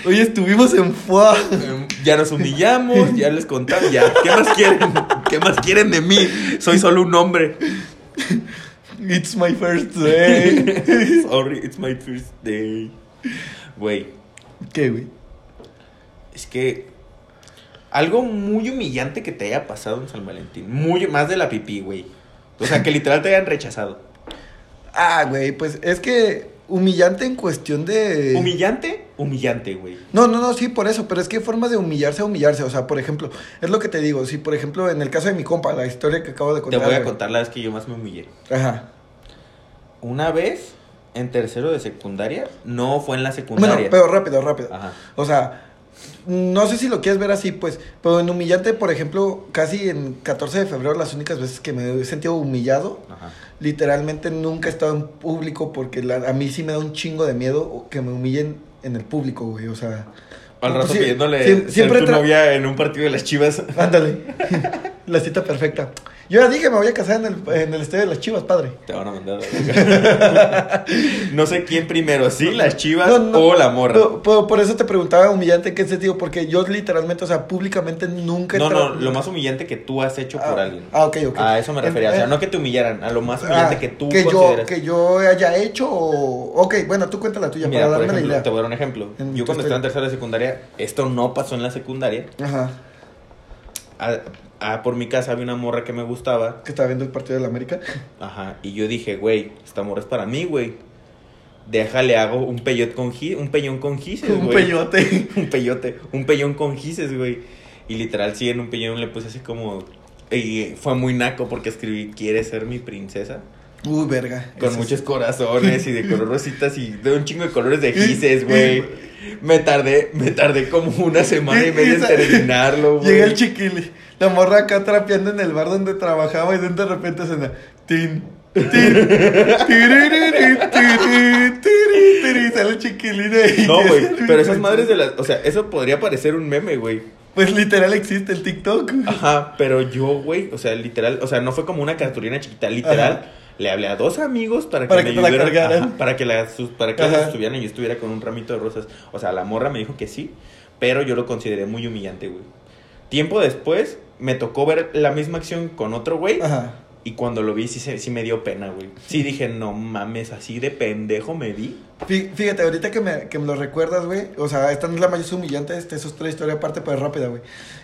[SPEAKER 2] Hoy estuvimos en FUA.
[SPEAKER 1] Em, Ya nos humillamos, ya les contamos, ya. ¿Qué más quieren? ¿Qué más quieren de mí? Soy solo un hombre.
[SPEAKER 2] It's my first day.
[SPEAKER 1] Sorry, it's my first day. Güey,
[SPEAKER 2] ¿Qué, güey?
[SPEAKER 1] Es que algo muy humillante que te haya pasado en San Valentín. Muy, más de la pipí, güey. O sea, que literal te hayan rechazado.
[SPEAKER 2] Ah, güey, pues es que humillante en cuestión de.
[SPEAKER 1] Humillante, humillante, güey.
[SPEAKER 2] No, no, no, sí, por eso, pero es que hay formas de humillarse a humillarse. O sea, por ejemplo, es lo que te digo. Si, por ejemplo, en el caso de mi compa, la historia que acabo de
[SPEAKER 1] Te
[SPEAKER 2] contar.
[SPEAKER 1] voy a
[SPEAKER 2] güey.
[SPEAKER 1] contar la vez que yo más me humillé.
[SPEAKER 2] Ajá.
[SPEAKER 1] Una vez, en tercero de secundaria, no fue en la secundaria.
[SPEAKER 2] Bueno, pero rápido, rápido.
[SPEAKER 1] Ajá.
[SPEAKER 2] O sea, no sé si lo quieres ver así, pues, pero en humillante, por ejemplo, casi en 14 de febrero, las únicas veces que me he sentido humillado,
[SPEAKER 1] Ajá.
[SPEAKER 2] literalmente nunca he estado en público porque la- a mí sí me da un chingo de miedo que me humillen en el público, güey, o sea.
[SPEAKER 1] Al rato
[SPEAKER 2] pues, sí,
[SPEAKER 1] pidiéndole
[SPEAKER 2] sí,
[SPEAKER 1] ser
[SPEAKER 2] siempre
[SPEAKER 1] tu
[SPEAKER 2] tra-
[SPEAKER 1] novia en un partido de las chivas.
[SPEAKER 2] Ándale. la cita perfecta. Yo ya dije, me voy a casar en el, en el estadio de las chivas, padre.
[SPEAKER 1] Te van a mandar. a la verga. no sé quién primero, si las chivas
[SPEAKER 2] No, no,
[SPEAKER 1] o la morra.
[SPEAKER 2] Pero- pero por eso te preguntaba humillante en qué sentido, porque yo literalmente, o sea, públicamente nunca he
[SPEAKER 1] No,
[SPEAKER 2] tra-
[SPEAKER 1] no, lo más humillante que tú has hecho por
[SPEAKER 2] Ah,
[SPEAKER 1] alguien.
[SPEAKER 2] ah, ok, ok.
[SPEAKER 1] A eso me
[SPEAKER 2] En-
[SPEAKER 1] refería. O sea,
[SPEAKER 2] en-
[SPEAKER 1] no que te humillaran, a lo más humillante
[SPEAKER 2] Ah,
[SPEAKER 1] que tú
[SPEAKER 2] yo,
[SPEAKER 1] consideras.
[SPEAKER 2] que yo haya hecho o... Ok, bueno, tú cuenta la tuya
[SPEAKER 1] Mira,
[SPEAKER 2] para
[SPEAKER 1] por
[SPEAKER 2] darme
[SPEAKER 1] ejemplo,
[SPEAKER 2] la
[SPEAKER 1] te
[SPEAKER 2] idea.
[SPEAKER 1] voy a dar un ejemplo.
[SPEAKER 2] En
[SPEAKER 1] Yo
[SPEAKER 2] tu
[SPEAKER 1] cuando estaba
[SPEAKER 2] historia.
[SPEAKER 1] en tercera de secundaria, esto no pasó en la secundaria.
[SPEAKER 2] Ajá,
[SPEAKER 1] Ah, ah, por mi casa había una morra que me gustaba.
[SPEAKER 2] que estaba viendo el partido de la América.
[SPEAKER 1] Ajá. Y yo dije, güey, esta morra es para mí, güey. déjale hago un peyote con gi- un peñón con gises,
[SPEAKER 2] Un
[SPEAKER 1] güey.
[SPEAKER 2] peyote.
[SPEAKER 1] un peyote, un pellón con gises, güey. Y literal, sí, en un pellón le puse así como. Y fue muy naco porque escribí: ¿Quieres ser mi princesa?
[SPEAKER 2] Uy, verga.
[SPEAKER 1] Con
[SPEAKER 2] Eso
[SPEAKER 1] muchos
[SPEAKER 2] es-
[SPEAKER 1] corazones y de color rositas y de un chingo de colores de gises, güey. Me tardé, me tardé como una semana y media en
[SPEAKER 2] Esa-
[SPEAKER 1] terminarlo, güey.
[SPEAKER 2] Llega el chiquili. La morra acá trapeando en el bar donde trabajaba y de repente suena. Tin. Tin. tiriri, tiri, tiri, tiri, Sale el chiquilín ahí.
[SPEAKER 1] No, güey, pero esas madres de las... O sea, eso podría parecer un meme, güey.
[SPEAKER 2] Pues literal existe el TikTok.
[SPEAKER 1] Ajá, pero yo, güey, o sea, literal, o sea, no fue como una cartulina chiquita, literal.
[SPEAKER 2] Ajá.
[SPEAKER 1] Le hablé a dos amigos para que
[SPEAKER 2] Para
[SPEAKER 1] me
[SPEAKER 2] que te la
[SPEAKER 1] ayudaran,
[SPEAKER 2] cargaran.
[SPEAKER 1] ajá, para que la sus- para que la
[SPEAKER 2] Ajá.
[SPEAKER 1] sostuvieran y yo estuviera con un ramito de rosas. O sea, la morra me dijo que sí, pero yo lo consideré muy humillante, güey. Tiempo después me tocó ver la misma acción con otro güey
[SPEAKER 2] Ajá.
[SPEAKER 1] y cuando lo vi sí, se- sí me dio pena, güey. Sí dije, no mames, así de pendejo me vi.
[SPEAKER 2] Fí- Fíjate, ahorita que me, que me lo recuerdas, güey. O sea, esta no es la más humillante, este, eso es otra historia aparte, pero es rápida, güey.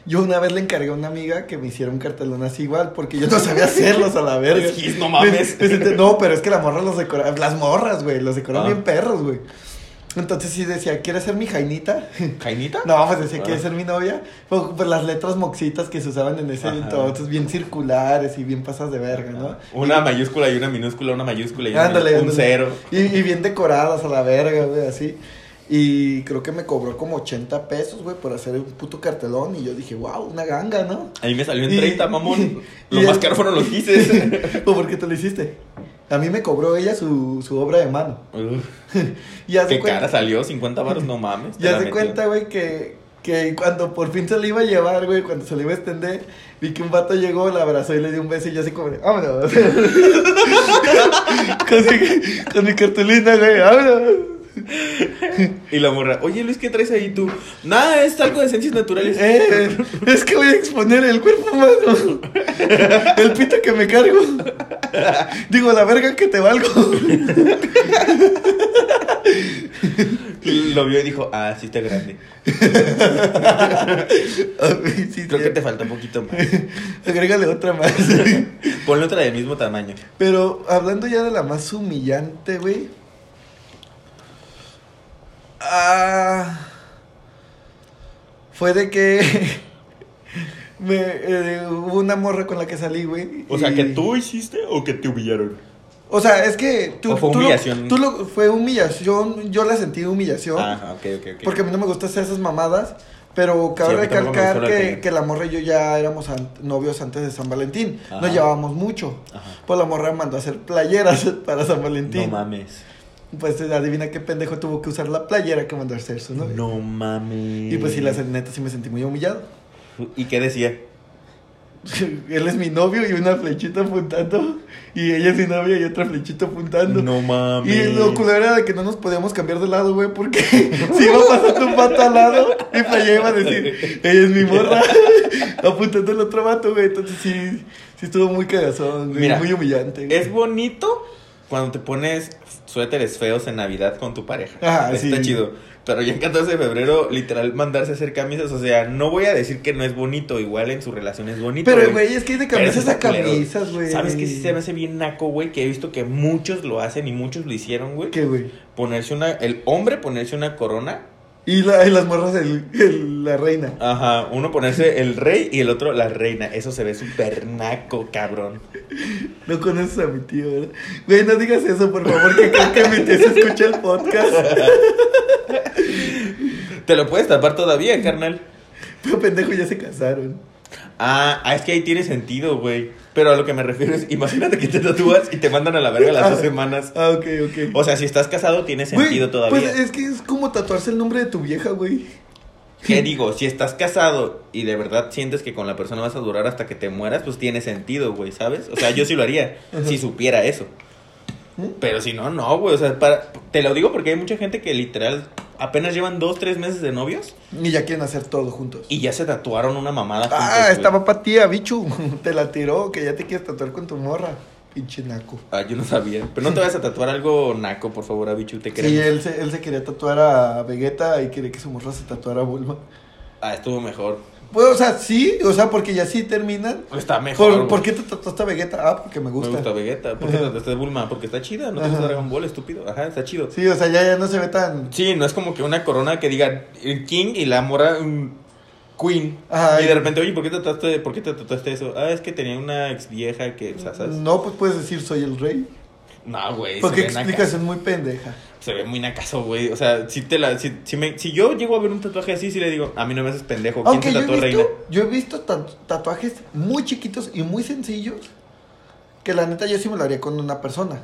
[SPEAKER 2] Yo una vez le encargué a una amiga que me hiciera un cartelón así igual, porque yo no sabía hacerlos a la verga.
[SPEAKER 1] Es gis, no mames.
[SPEAKER 2] Me- me senté- no, pero es que la morra los decoraron, las morras, güey, los decoraron
[SPEAKER 1] Ah.
[SPEAKER 2] bien perros, güey. Entonces sí decía, ¿quieres ser mi jainita?
[SPEAKER 1] ¿Jainita?
[SPEAKER 2] No, pues decía, ¿quieres
[SPEAKER 1] Ah.
[SPEAKER 2] ser mi novia? Pues, pues las letras moxitas que se usaban en ese
[SPEAKER 1] Ajá.
[SPEAKER 2] entonces, bien circulares y bien pasas de verga, ¿no?
[SPEAKER 1] Una mayúscula y una minúscula, una mayúscula y una
[SPEAKER 2] Ándale,
[SPEAKER 1] minúscula, un
[SPEAKER 2] ándale.
[SPEAKER 1] cero.
[SPEAKER 2] Y, y bien decoradas a la verga, güey, así. Y creo que me cobró como 80 pesos, güey, por hacer un puto cartelón. Y yo dije, wow, una ganga, ¿no?
[SPEAKER 1] A mí me salió en
[SPEAKER 2] Y-
[SPEAKER 1] 30, mamón.
[SPEAKER 2] y
[SPEAKER 1] Lo
[SPEAKER 2] es-
[SPEAKER 1] más caro fueron los gises.
[SPEAKER 2] ¿O por qué te lo hiciste? A mí me cobró ella su, su obra de mano.
[SPEAKER 1] Uf,
[SPEAKER 2] Y hace
[SPEAKER 1] Qué
[SPEAKER 2] cuenta,
[SPEAKER 1] cara salió, 50 baros, no mames. te
[SPEAKER 2] Y
[SPEAKER 1] la
[SPEAKER 2] hace
[SPEAKER 1] metió.
[SPEAKER 2] cuenta, güey, que, que cuando por fin se le iba a llevar, güey, cuando se le iba a extender, vi que un vato llegó, la abrazó y le dio un beso y yo así como, de, vámonos. con, mi, con mi cartulina, güey, vámonos.
[SPEAKER 1] Y la morra, oye Luis, ¿qué traes ahí tú? Nada, es algo de esencias naturales.
[SPEAKER 2] Eh, es que voy a exponer el cuerpo humano. El pito que me cargo. Digo, la verga que te valgo.
[SPEAKER 1] Y Lo vio y dijo, ah, sí está grande.
[SPEAKER 2] Ay, sí,
[SPEAKER 1] Creo que te
[SPEAKER 2] sí.
[SPEAKER 1] falta un poquito más.
[SPEAKER 2] Agrégale otra más.
[SPEAKER 1] Ponle otra del mismo tamaño.
[SPEAKER 2] Pero hablando ya de la más humillante, güey. Ah, fue de que me, eh, hubo una morra con la que salí, güey.
[SPEAKER 1] O sea,
[SPEAKER 2] y-
[SPEAKER 1] ¿que tú hiciste o que te humillaron?
[SPEAKER 2] O sea, es que tú,
[SPEAKER 1] O fue
[SPEAKER 2] tú lo-
[SPEAKER 1] humillación.
[SPEAKER 2] Tú lo, fue humillación, yo la sentí humillación.
[SPEAKER 1] Ajá, ok, ok, ok.
[SPEAKER 2] Porque a mí no me gusta hacer esas mamadas. Pero cabe
[SPEAKER 1] Sí, a mí tampoco me
[SPEAKER 2] recalcar
[SPEAKER 1] gusta la
[SPEAKER 2] que,
[SPEAKER 1] tele.
[SPEAKER 2] que la morra y yo ya éramos an- novios antes de San Valentín.
[SPEAKER 1] Ajá.
[SPEAKER 2] Nos llevábamos mucho.
[SPEAKER 1] Ajá.
[SPEAKER 2] Pues la morra mandó a hacer playeras para San
[SPEAKER 1] No
[SPEAKER 2] Valentín.
[SPEAKER 1] mames.
[SPEAKER 2] pues adivina qué pendejo tuvo que usar la playera que mandó a hacer su novio.
[SPEAKER 1] No mames.
[SPEAKER 2] Pues Y pues sí, la neta sí me sentí muy humillado.
[SPEAKER 1] ¿Y qué decía?
[SPEAKER 2] Él es mi novio y una flechita apuntando. Y ella es mi novia y otra flechita apuntando.
[SPEAKER 1] No mames.
[SPEAKER 2] Y lo culero era de que no nos podíamos cambiar de lado, güey, porque si iba pasando un vato al lado, mi playa iba a decir, ella es mi morra, apuntando al otro vato, güey. Entonces sí, sí estuvo muy cagazón, güey,
[SPEAKER 1] Mira,
[SPEAKER 2] muy humillante. güey.
[SPEAKER 1] Es bonito cuando te pones suéteres feos en Navidad con tu pareja.
[SPEAKER 2] Ah,
[SPEAKER 1] Está
[SPEAKER 2] sí.
[SPEAKER 1] chido. Pero ya en 14 de febrero, literal, mandarse a hacer camisas. O sea, no voy a decir que no es bonito. Igual en su relación es bonito.
[SPEAKER 2] Pero, güey, es que hay de
[SPEAKER 1] Pero
[SPEAKER 2] camisas
[SPEAKER 1] está
[SPEAKER 2] a
[SPEAKER 1] culero.
[SPEAKER 2] camisas, güey.
[SPEAKER 1] ¿Sabes qué sí se me hace bien naco, güey? Que he visto que muchos lo hacen y muchos lo hicieron, güey.
[SPEAKER 2] ¿Qué, güey?
[SPEAKER 1] Ponerse una... El hombre ponerse una corona.
[SPEAKER 2] Y, la- y las morras, el, el- la reina.
[SPEAKER 1] Ajá. Uno ponerse el rey y el otro la reina. Eso se ve súper naco, cabrón.
[SPEAKER 2] No conoces a mi tío, ¿verdad? Güey, no digas eso, por favor, que creo que mi tío se escucha el podcast.
[SPEAKER 1] Te lo puedes tapar todavía, carnal.
[SPEAKER 2] Pero pendejo, ya se casaron.
[SPEAKER 1] Ah, ah, es que ahí tiene sentido, güey. Pero a lo que me refiero es, imagínate que te tatúas y te mandan a la verga las dos semanas.
[SPEAKER 2] Ah, ok, ok.
[SPEAKER 1] O sea, si estás casado, tiene
[SPEAKER 2] Güey,
[SPEAKER 1] sentido todavía.
[SPEAKER 2] Pues es que es como tatuarse el nombre de tu vieja, güey.
[SPEAKER 1] ¿Qué digo? Si estás casado y de verdad sientes que con la persona vas a durar hasta que te mueras, pues tiene sentido, güey, ¿sabes? O sea, yo sí lo haría, si supiera eso.
[SPEAKER 2] ¿Mm?
[SPEAKER 1] Pero si no, no, güey. O sea, para- te lo digo porque hay mucha gente que literal apenas llevan dos, tres meses de novios
[SPEAKER 2] Y ya quieren hacer todo juntos.
[SPEAKER 1] y ya se tatuaron una mamada. juntos,
[SPEAKER 2] Ah,
[SPEAKER 1] güey.
[SPEAKER 2] estaba pa' tía, bichu. Te la tiró, que ya te quieres tatuar con tu morra. Pinche naco.
[SPEAKER 1] Ah, yo no sabía. Pero no te vayas a tatuar algo naco, por favor, Abichu, te
[SPEAKER 2] Sí,
[SPEAKER 1] queremos.
[SPEAKER 2] él se, él se quería tatuar a Vegeta y quería que su morra se tatuara a Bulma.
[SPEAKER 1] Ah, estuvo mejor.
[SPEAKER 2] Pues, o sea, sí, o sea, porque ya sí terminan.
[SPEAKER 1] Está mejor.
[SPEAKER 2] ¿Por,
[SPEAKER 1] güey.
[SPEAKER 2] por qué te trataste a Vegeta? Ah, porque me gusta.
[SPEAKER 1] Me gusta Vegeta. ¿Por qué
[SPEAKER 2] Ajá.
[SPEAKER 1] te gusta Bulma? Porque está chida. No te
[SPEAKER 2] Ajá.
[SPEAKER 1] gusta Dragon Ball, estúpido. Ajá, está chido.
[SPEAKER 2] Sí, o sea, ya, ya no se ve tan.
[SPEAKER 1] Sí, no es como que una corona que diga eh, King y la mora mm, Queen.
[SPEAKER 2] Ajá.
[SPEAKER 1] Y de repente, oye, ¿por qué, trataste, de- ¿por qué te trataste de eso? Ah, es que tenía una ex vieja que, o sea, ¿sabes?
[SPEAKER 2] No, pues puedes decir soy el rey.
[SPEAKER 1] No, güey. se
[SPEAKER 2] Porque
[SPEAKER 1] ve naca.
[SPEAKER 2] explicación muy pendeja.
[SPEAKER 1] Se ve muy nacaso, güey. O sea, si, te la, si, si, me- si yo llego a ver un tatuaje así, sí le digo, a mí no me haces pendejo. ¿Quién
[SPEAKER 2] Aunque
[SPEAKER 1] te
[SPEAKER 2] yo he,
[SPEAKER 1] tatuó, reina?
[SPEAKER 2] visto, yo he visto tat- tatuajes muy chiquitos y muy sencillos que la neta yo sí me lo haría con una persona.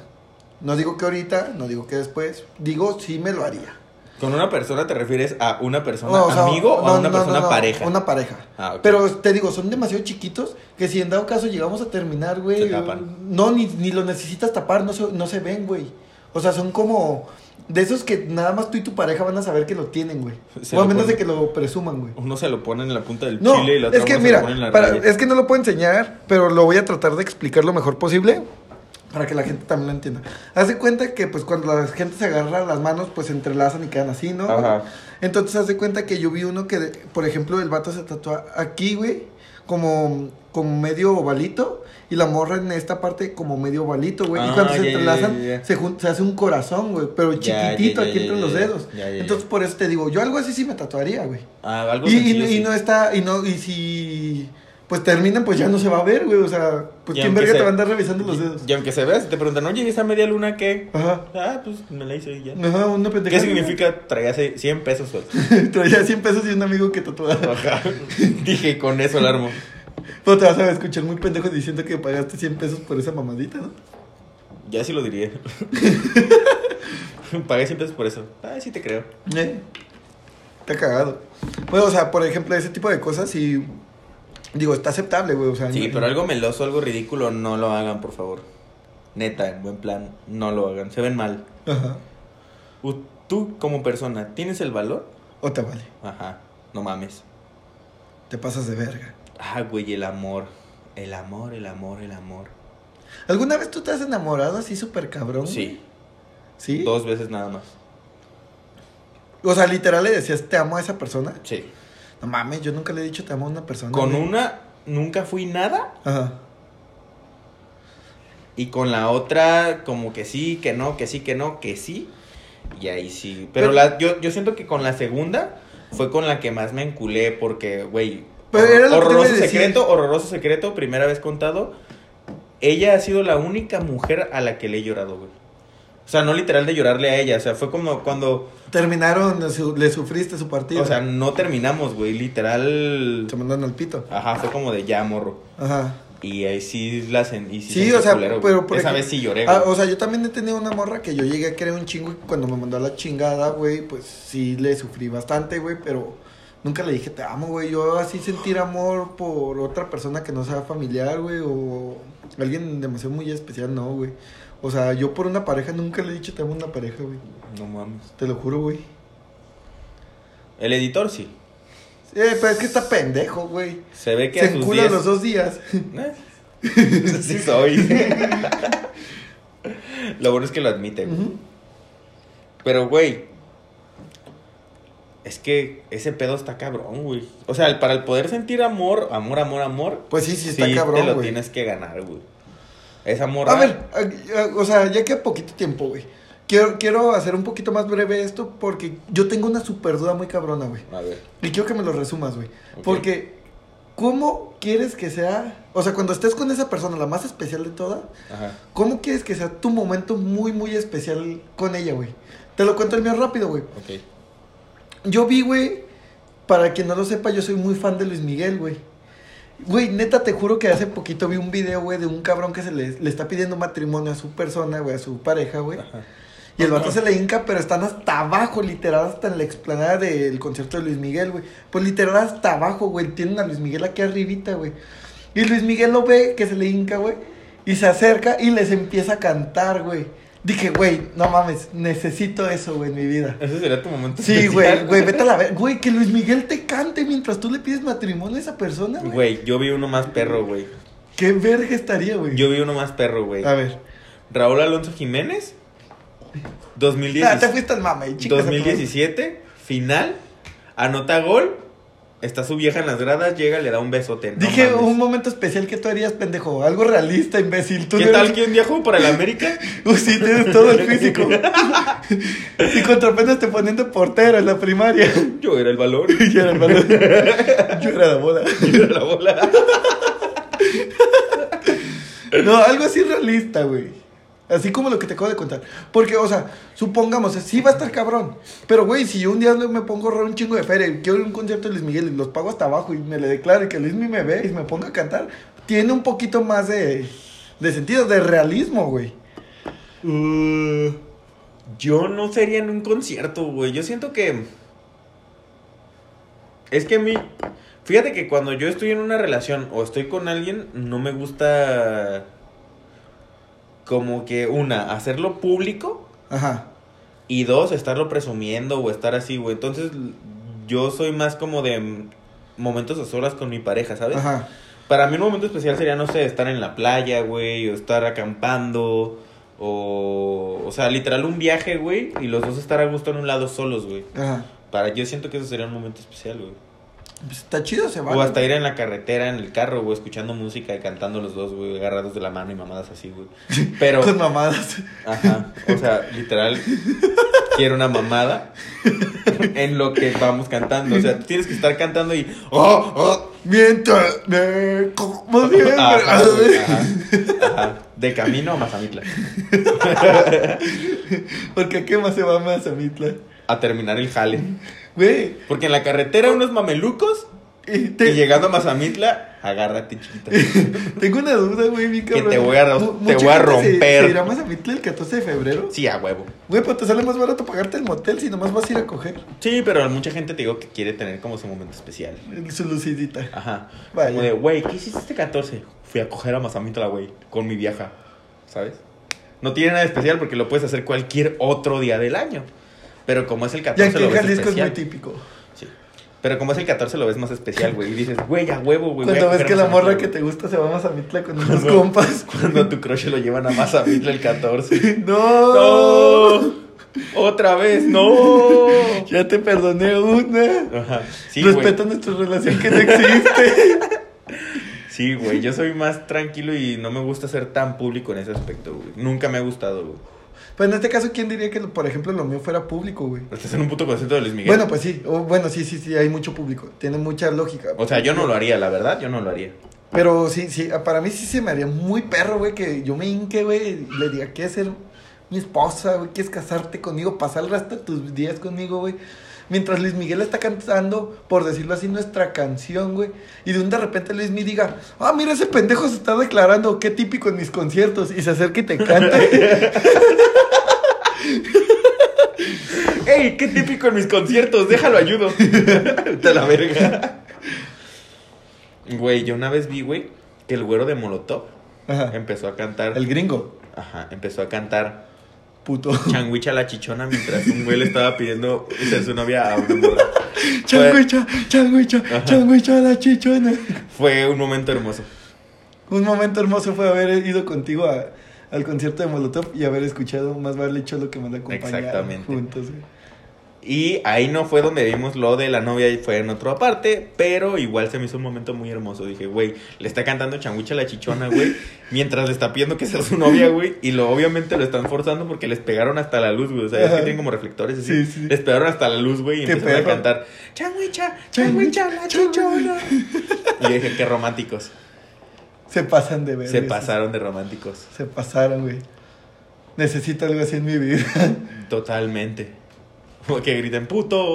[SPEAKER 2] No digo que ahorita, no digo que después, digo sí me lo haría.
[SPEAKER 1] ¿Con una persona te refieres a una persona
[SPEAKER 2] No, o sea,
[SPEAKER 1] amigo o
[SPEAKER 2] no,
[SPEAKER 1] a una
[SPEAKER 2] no,
[SPEAKER 1] persona
[SPEAKER 2] no, no,
[SPEAKER 1] pareja?
[SPEAKER 2] Una pareja.
[SPEAKER 1] Ah, ok.
[SPEAKER 2] Pero te digo, son demasiado chiquitos que si en dado caso llegamos a terminar, güey.
[SPEAKER 1] Se tapan.
[SPEAKER 2] No, ni, ni lo necesitas tapar, no se, no se ven, güey. O sea, son como de esos que nada más tú y tu pareja van a saber que lo tienen, güey.
[SPEAKER 1] Se
[SPEAKER 2] O a
[SPEAKER 1] lo
[SPEAKER 2] menos
[SPEAKER 1] ponen.
[SPEAKER 2] de que lo presuman, güey.
[SPEAKER 1] Uno se lo pone en la punta del
[SPEAKER 2] No,
[SPEAKER 1] chile y la otra
[SPEAKER 2] es que
[SPEAKER 1] uno se lo
[SPEAKER 2] mira,
[SPEAKER 1] pone en la
[SPEAKER 2] para-
[SPEAKER 1] raya.
[SPEAKER 2] es que no lo puedo enseñar, pero lo voy a tratar de explicar lo mejor posible para que la gente también lo entienda. Haz de cuenta que pues cuando la gente se agarra las manos, pues se entrelazan y quedan así, ¿no?
[SPEAKER 1] Ajá.
[SPEAKER 2] Entonces haz de cuenta que yo vi uno que, de- por ejemplo, el vato se tatúa aquí, güey, como, como medio ovalito, y la morra en esta parte como medio ovalito, güey. y
[SPEAKER 1] Ah,
[SPEAKER 2] cuando se
[SPEAKER 1] ya, ya,
[SPEAKER 2] entrelazan,
[SPEAKER 1] ya, ya.
[SPEAKER 2] Se, jun- se hace un corazón, güey, pero
[SPEAKER 1] Ya,
[SPEAKER 2] chiquitito
[SPEAKER 1] ya, ya,
[SPEAKER 2] aquí
[SPEAKER 1] ya,
[SPEAKER 2] entre los
[SPEAKER 1] ya, ya.
[SPEAKER 2] dedos.
[SPEAKER 1] Ya, ya, ya.
[SPEAKER 2] Entonces por eso te digo, yo algo así sí me tatuaría, güey.
[SPEAKER 1] Ah, algo
[SPEAKER 2] Y, y-
[SPEAKER 1] sencillo,
[SPEAKER 2] y
[SPEAKER 1] sí.
[SPEAKER 2] no está, y no, y si pues terminan, pues ya no se va a ver, güey. O sea, pues
[SPEAKER 1] Y
[SPEAKER 2] quién
[SPEAKER 1] aunque
[SPEAKER 2] verga
[SPEAKER 1] se-
[SPEAKER 2] te va a andar revisando los dedos.
[SPEAKER 1] Y aunque se vea, si te preguntan, oye, ¿y esa media luna qué?
[SPEAKER 2] Ajá.
[SPEAKER 1] Ah, pues me la hice y ya.
[SPEAKER 2] Ajá, una pendejada.
[SPEAKER 1] ¿Qué significa traía ce- 100 pesos sueltos?
[SPEAKER 2] Traía 100 pesos y un amigo que tatuaba.
[SPEAKER 1] Ajá. Dije, con eso alarmo.
[SPEAKER 2] Pero te vas a escuchar muy pendejo diciendo que pagaste 100 pesos por esa mamadita, ¿no?
[SPEAKER 1] Ya sí lo diría. Pagué 100 pesos por eso. Ah, sí te creo.
[SPEAKER 2] Eh, Está cagado. Bueno, o sea, por ejemplo, ese tipo de cosas y. Digo, está aceptable, güey. O sea,
[SPEAKER 1] Sí,
[SPEAKER 2] no-
[SPEAKER 1] pero algo meloso, algo ridículo, no lo hagan, por favor. Neta, en buen plan, no lo hagan. Se ven mal.
[SPEAKER 2] Ajá.
[SPEAKER 1] U- Tú, como persona, ¿tienes el valor?
[SPEAKER 2] O te vale.
[SPEAKER 1] Ajá, no mames.
[SPEAKER 2] Te pasas de verga.
[SPEAKER 1] Ah, güey, el amor. El amor, el amor, el amor.
[SPEAKER 2] ¿Alguna vez tú te has enamorado así súper cabrón?
[SPEAKER 1] Sí,
[SPEAKER 2] ¿Sí?
[SPEAKER 1] dos veces nada más.
[SPEAKER 2] O sea, literal le decías, te amo a esa persona.
[SPEAKER 1] Sí.
[SPEAKER 2] No mames, yo nunca le he dicho te amo a una persona.
[SPEAKER 1] Con
[SPEAKER 2] güey.
[SPEAKER 1] una nunca fui nada
[SPEAKER 2] Ajá.
[SPEAKER 1] y con la otra como que sí, que no, que sí, que no, que sí. Y ahí sí. Pero,
[SPEAKER 2] Pero-
[SPEAKER 1] la, yo, yo siento que con la segunda fue con la que más me enculé porque, güey,
[SPEAKER 2] Pero
[SPEAKER 1] horror-
[SPEAKER 2] era lo que te iba a
[SPEAKER 1] horroroso
[SPEAKER 2] decir.
[SPEAKER 1] secreto, horroroso secreto, primera vez contado. Ella ha sido la única mujer a la que le he llorado, güey. O sea, no literal de llorarle a ella, o sea, fue como cuando...
[SPEAKER 2] Terminaron, su- le sufriste su partido.
[SPEAKER 1] O sea, no terminamos, güey, literal...
[SPEAKER 2] se mandaron al pito.
[SPEAKER 1] Ajá, fue como de ya, morro.
[SPEAKER 2] Ajá.
[SPEAKER 1] Y ahí sí las... en- Y sí,
[SPEAKER 2] Sí,
[SPEAKER 1] sentí
[SPEAKER 2] o sea,
[SPEAKER 1] culero,
[SPEAKER 2] pero
[SPEAKER 1] güey.
[SPEAKER 2] por
[SPEAKER 1] Esa
[SPEAKER 2] ejemplo-
[SPEAKER 1] vez sí lloré,
[SPEAKER 2] Ah,
[SPEAKER 1] güey.
[SPEAKER 2] o sea, yo también he tenido una morra que yo llegué a querer un chingo y cuando me mandó a la chingada, güey, pues sí le sufrí bastante, güey, pero nunca le dije te amo, güey. Yo así sentir amor por otra persona que no sea familiar, güey, o alguien demasiado muy especial, no, güey. O sea, yo por una pareja nunca le he dicho te amo a una pareja, güey.
[SPEAKER 1] No mames.
[SPEAKER 2] Te lo juro, güey.
[SPEAKER 1] El editor sí.
[SPEAKER 2] Eh, pero es que está pendejo, güey.
[SPEAKER 1] Se ve que
[SPEAKER 2] Se
[SPEAKER 1] a sus
[SPEAKER 2] encula
[SPEAKER 1] 10...
[SPEAKER 2] los dos días.
[SPEAKER 1] Eh, sí soy. lo bueno es que lo admite, güey.
[SPEAKER 2] Ujú.
[SPEAKER 1] Pero, güey... Es que ese pedo está cabrón, güey. O sea, para el poder sentir amor, amor, amor, amor...
[SPEAKER 2] Pues sí, sí está
[SPEAKER 1] te lo
[SPEAKER 2] cabrón, güey.
[SPEAKER 1] tienes que ganar, güey. Esa morra...
[SPEAKER 2] A ver, a- a- o sea, ya queda poquito tiempo, güey. Quiero, quiero hacer un poquito más breve esto porque yo tengo una super duda muy cabrona, güey.
[SPEAKER 1] A ver.
[SPEAKER 2] Y quiero que me lo resumas, güey.
[SPEAKER 1] Ok.
[SPEAKER 2] Porque, ¿cómo quieres que sea? O sea, cuando estés con esa persona, la más especial de todas,
[SPEAKER 1] Ajá.
[SPEAKER 2] ¿cómo quieres que sea tu momento muy, muy especial con ella, güey? Te lo cuento el mío rápido, güey.
[SPEAKER 1] Ok.
[SPEAKER 2] Yo vi, güey, para quien no lo sepa, yo soy muy fan de Luis Miguel, güey. Güey, neta, te juro que hace poquito vi un video, güey, de un cabrón que se le, le está pidiendo matrimonio a su persona, güey, a su pareja, güey.
[SPEAKER 1] Ajá.
[SPEAKER 2] Y el vato se le hinca, pero están hasta abajo, literal, hasta en la explanada del concierto de Luis Miguel, güey. Pues literal, hasta abajo, güey. Tienen a Luis Miguel aquí arribita, güey. Y Luis Miguel lo ve, que se le hinca, güey. Y se acerca y les empieza a cantar, güey. Dije, güey, no mames, necesito eso, güey, en mi vida.
[SPEAKER 1] Ese sería tu momento
[SPEAKER 2] Sí, güey,
[SPEAKER 1] especial.
[SPEAKER 2] güey, vete a la ver. Güey, que Luis Miguel te cante mientras tú le pides matrimonio a esa persona, güey.
[SPEAKER 1] Güey, yo vi uno más perro, güey.
[SPEAKER 2] Qué verga estaría, güey.
[SPEAKER 1] Yo vi uno más perro, güey.
[SPEAKER 2] A ver.
[SPEAKER 1] Raúl Alonso Jiménez.
[SPEAKER 2] Ah, te
[SPEAKER 1] 2010,
[SPEAKER 2] Ah, fuiste al mame, chicas.
[SPEAKER 1] 2017, final. Anota gol. Está su vieja en las gradas, llega, le da un besote. no
[SPEAKER 2] Dije
[SPEAKER 1] mames.
[SPEAKER 2] un momento especial que tú harías, pendejo. Algo realista, imbécil. Tú
[SPEAKER 1] ¿Qué
[SPEAKER 2] no
[SPEAKER 1] tal
[SPEAKER 2] eres-
[SPEAKER 1] que un día juego para el América?
[SPEAKER 2] Uy, sí, tienes todo el físico. y contrapenas te poniendo portero en la primaria.
[SPEAKER 1] Yo era el valor.
[SPEAKER 2] Yo era el balón. Yo era la bola.
[SPEAKER 1] Yo era la bola.
[SPEAKER 2] No, algo así realista, güey. Así como lo que te acabo de contar. Porque, o sea, supongamos, sí va a estar cabrón. Pero, güey, si yo un día me pongo a ahorrar un chingo de feria y quiero ir a un concierto de Luis Miguel y los pago hasta abajo y me le declaro y que Luis me ve y me ponga a cantar, tiene un poquito más de, de sentido, de realismo, güey.
[SPEAKER 1] Uh, yo no sería en un concierto, güey. Yo siento que. Es que a mí. Fíjate que cuando yo estoy en una relación o estoy con alguien, no me gusta. Como que, una, hacerlo público.
[SPEAKER 2] Ajá.
[SPEAKER 1] Y dos, estarlo presumiendo o estar así, güey. Entonces, l- yo soy más como de mm, momentos a solas con mi pareja, ¿sabes?
[SPEAKER 2] Ajá.
[SPEAKER 1] Para mí un momento especial sería, no sé, estar en la playa, güey, o estar acampando, o... O sea, literal un viaje, güey, y los dos estar a gusto en un lado solos, güey.
[SPEAKER 2] Ajá.
[SPEAKER 1] Para yo siento que eso sería un momento especial, güey.
[SPEAKER 2] Pues está chido, se va.
[SPEAKER 1] O hasta ir en la carretera, en el carro, güey, escuchando música y cantando los dos, güey, agarrados de la mano y mamadas así, güey. Pero...
[SPEAKER 2] Con mamadas.
[SPEAKER 1] Ajá, o sea, literal, quiero una mamada en lo que vamos cantando. O sea, tú tienes que estar cantando y... ¡Oh! ¡Oh! Ah,
[SPEAKER 2] Mientras me como siempre.
[SPEAKER 1] Ajá, güey, ajá, ajá. De camino a Mazamitla.
[SPEAKER 2] Porque qué más se va más a Mitla.
[SPEAKER 1] A terminar el jale.
[SPEAKER 2] Güey.
[SPEAKER 1] Porque en la carretera unos mamelucos
[SPEAKER 2] y
[SPEAKER 1] y
[SPEAKER 2] te-
[SPEAKER 1] llegando a Mazamitla, agárrate, chiquita.
[SPEAKER 2] Tengo una duda, güey, bien
[SPEAKER 1] Que
[SPEAKER 2] cabrón.
[SPEAKER 1] te voy a-
[SPEAKER 2] Mu-
[SPEAKER 1] te
[SPEAKER 2] mucha
[SPEAKER 1] voy a
[SPEAKER 2] gente se-
[SPEAKER 1] romper.
[SPEAKER 2] ¿Se irá más a Mitla el 14 de febrero?
[SPEAKER 1] Sí, a huevo.
[SPEAKER 2] Güey, pues te sale más barato pagarte el motel si nomás vas a ir a coger
[SPEAKER 1] Sí, pero mucha gente te digo que quiere tener como su momento especial.
[SPEAKER 2] el- su lucidita.
[SPEAKER 1] Ajá.
[SPEAKER 2] Vaya.
[SPEAKER 1] Como de, güey, ¿qué hiciste este 14? Fui a coger a Mazamitla, güey, con mi vieja. ¿Sabes? No tiene nada de especial porque lo puedes hacer cualquier otro día del año. Pero como es el
[SPEAKER 2] Ya
[SPEAKER 1] 14,
[SPEAKER 2] que
[SPEAKER 1] lo
[SPEAKER 2] en
[SPEAKER 1] ves
[SPEAKER 2] Jalisco es
[SPEAKER 1] especial. Pues
[SPEAKER 2] muy típico.
[SPEAKER 1] Sí. Pero como es el 14, lo ves más especial, güey. Y dices, güey, a huevo, güey. voy a
[SPEAKER 2] Cuando ves
[SPEAKER 1] coger
[SPEAKER 2] que
[SPEAKER 1] a
[SPEAKER 2] la morra que
[SPEAKER 1] Mazamitla,
[SPEAKER 2] te gusta se va más a Mitla con unos
[SPEAKER 1] Cuando-
[SPEAKER 2] compas.
[SPEAKER 1] güey". Cuando a tu crush lo llevan a Mazamitla el 14.
[SPEAKER 2] ¡No!
[SPEAKER 1] ¡No! ¡Otra vez! ¡No!
[SPEAKER 2] Ya te perdoné una.
[SPEAKER 1] Ajá. Sí, güey.
[SPEAKER 2] Respeta nuestra relación que no existe.
[SPEAKER 1] Sí, güey. Yo soy más tranquilo y no me gusta ser tan público en ese aspecto, güey. Nunca me ha gustado, güey.
[SPEAKER 2] pues en este caso, ¿quién diría que, lo- por ejemplo, lo mío fuera público, güey?
[SPEAKER 1] Estás en un puto concierto de Luis Miguel.
[SPEAKER 2] Bueno, pues sí. o- bueno, sí, sí, sí, hay mucho público. Tiene mucha lógica.
[SPEAKER 1] o sea, yo no lo haría, la verdad, yo no lo haría.
[SPEAKER 2] Pero sí, sí, ah, para mí sí se me haría muy perro, güey, que yo me hinque, güey, le diga, ¿quieres ser mi esposa, güey? ¿Quieres casarte conmigo? Pasar el resto de tus días conmigo, güey. Mientras Luis Miguel está cantando, por decirlo así, nuestra canción, güey. Y de un de repente Luis Miguel diga, ah, mira, ese pendejo se está declarando, qué típico en mis conciertos. Y se acerca y te canta.
[SPEAKER 1] ¡Ey! ¡Qué típico en mis conciertos! ¡Déjalo, ayudo! ¡Te la verga! Güey, yo una vez vi, güey, que el güero de Molotov
[SPEAKER 2] Ajá.
[SPEAKER 1] empezó a cantar.
[SPEAKER 2] El gringo,
[SPEAKER 1] Ajá, empezó a cantar
[SPEAKER 2] puto.
[SPEAKER 1] Changuicha la chichona mientras un güey le estaba pidiendo ser su novia a una morra.
[SPEAKER 2] Changuicha, changuicha, changuicha la chichona.
[SPEAKER 1] Fue un momento hermoso.
[SPEAKER 2] Un momento hermoso fue haber ido contigo a- al concierto de Molotov y haber escuchado más vale cholo que me la acompañaron
[SPEAKER 1] Exactamente.
[SPEAKER 2] juntos. güey.
[SPEAKER 1] Y ahí no fue donde vimos lo de la novia, fue en otra parte, pero igual se me hizo un momento muy hermoso. Dije, güey, le está cantando changucha a la chichona, güey, mientras le está pidiendo que sea su novia, güey, y lo obviamente lo están forzando porque les pegaron hasta la luz, güey. O sea, es que
[SPEAKER 2] Ajá.
[SPEAKER 1] tienen como reflectores así.
[SPEAKER 2] Sí, sí.
[SPEAKER 1] Les pegaron hasta la luz, güey, y
[SPEAKER 2] Qué
[SPEAKER 1] empezaron a
[SPEAKER 2] perro.
[SPEAKER 1] cantar changuicha, changuicha a la chichona. Y yo dije, qué románticos.
[SPEAKER 2] Se pasan de ver.
[SPEAKER 1] Se pasaron de románticos.
[SPEAKER 2] Se pasaron, güey. Necesito algo así en mi vida.
[SPEAKER 1] Totalmente. Como que gritan, puto.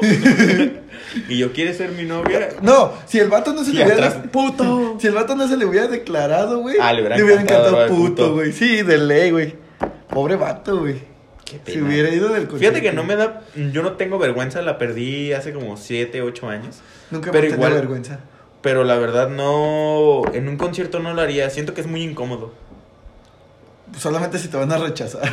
[SPEAKER 1] y yo, ¿quieres ser mi novia?
[SPEAKER 2] No, si el vato no se
[SPEAKER 1] Y
[SPEAKER 2] le hubiera.
[SPEAKER 1] atrás, puto.
[SPEAKER 2] Si el vato no se le hubiera declarado, güey.
[SPEAKER 1] Ah, le hubiera encantado,
[SPEAKER 2] encantado
[SPEAKER 1] güey, puto.
[SPEAKER 2] puto, güey. Sí, de ley, güey. Pobre vato, güey.
[SPEAKER 1] Qué pena.
[SPEAKER 2] Si hubiera ido del concierto.
[SPEAKER 1] Fíjate que no me da. Yo no tengo vergüenza, la perdí hace como 7, 8 años.
[SPEAKER 2] Nunca
[SPEAKER 1] pero
[SPEAKER 2] me
[SPEAKER 1] igual-
[SPEAKER 2] igual... vergüenza.
[SPEAKER 1] Pero la verdad no. En un concierto no lo haría. Siento que es muy incómodo.
[SPEAKER 2] Solamente si te van a rechazar.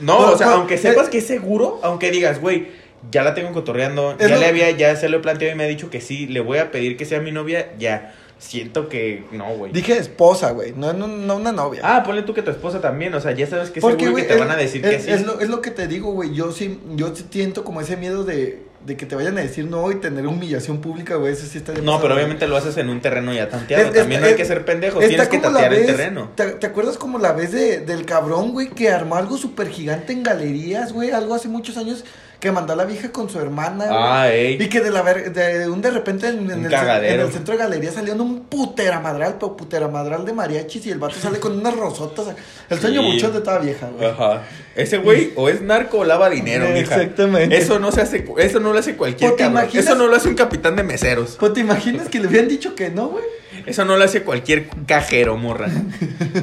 [SPEAKER 1] No,
[SPEAKER 2] No,
[SPEAKER 1] o sea,
[SPEAKER 2] no,
[SPEAKER 1] aunque
[SPEAKER 2] eh,
[SPEAKER 1] sepas que es seguro, aunque digas, güey, ya la tengo cotorreando,
[SPEAKER 2] Es
[SPEAKER 1] ya
[SPEAKER 2] lo-
[SPEAKER 1] le había, ya se lo he planteado y me ha dicho que sí, le voy a pedir que sea mi novia, ya. Siento que no, güey.
[SPEAKER 2] Dije esposa, güey. No, no, no una novia.
[SPEAKER 1] Ah, ponle tú que tu esposa también, o sea, ya sabes que es
[SPEAKER 2] Porque,
[SPEAKER 1] seguro
[SPEAKER 2] güey,
[SPEAKER 1] que te
[SPEAKER 2] es-
[SPEAKER 1] van a decir
[SPEAKER 2] es,
[SPEAKER 1] que sí.
[SPEAKER 2] Es lo, es lo que te digo, güey. Yo sí, yo sí siento como ese miedo de de que te vayan a decir no y tener humiliación pública, güey, eso sí está
[SPEAKER 1] No,
[SPEAKER 2] demasiado,
[SPEAKER 1] pero
[SPEAKER 2] güey.
[SPEAKER 1] obviamente lo haces en un terreno ya tanteado.
[SPEAKER 2] Es- es-
[SPEAKER 1] También no hay
[SPEAKER 2] es-
[SPEAKER 1] que ser pendejo.
[SPEAKER 2] está
[SPEAKER 1] Tienes que
[SPEAKER 2] como la
[SPEAKER 1] tantear el
[SPEAKER 2] vez-
[SPEAKER 1] terreno.
[SPEAKER 2] ¿Te, te acuerdas como la vez de, del cabrón, güey, que armó algo súper gigante en galerías, güey? Algo hace muchos años que mandó a la vieja con su hermana, güey.
[SPEAKER 1] Ah,
[SPEAKER 2] Y
[SPEAKER 1] ey.
[SPEAKER 2] que de la ver- de, de un de repente en, en
[SPEAKER 1] Un
[SPEAKER 2] el, cen-
[SPEAKER 1] cagadero.
[SPEAKER 2] en el centro de galería saliendo un putera madral, pero putera madral de mariachis y el vato sale con unas rosotas. El sueño
[SPEAKER 1] Sí.
[SPEAKER 2] buchón de toda vieja, güey.
[SPEAKER 1] Ajá. Ese güey o es narco o lava dinero, mija.
[SPEAKER 2] Exactamente.
[SPEAKER 1] Eso no se hace, cu- eso no lo hace cualquier
[SPEAKER 2] Pues, ¿te
[SPEAKER 1] cabrón.
[SPEAKER 2] imaginas?
[SPEAKER 1] Eso no lo hace un capitán de meseros.
[SPEAKER 2] Pues te imaginas que le hubieran dicho que no, güey.
[SPEAKER 1] Eso no lo hace cualquier cajero, morra.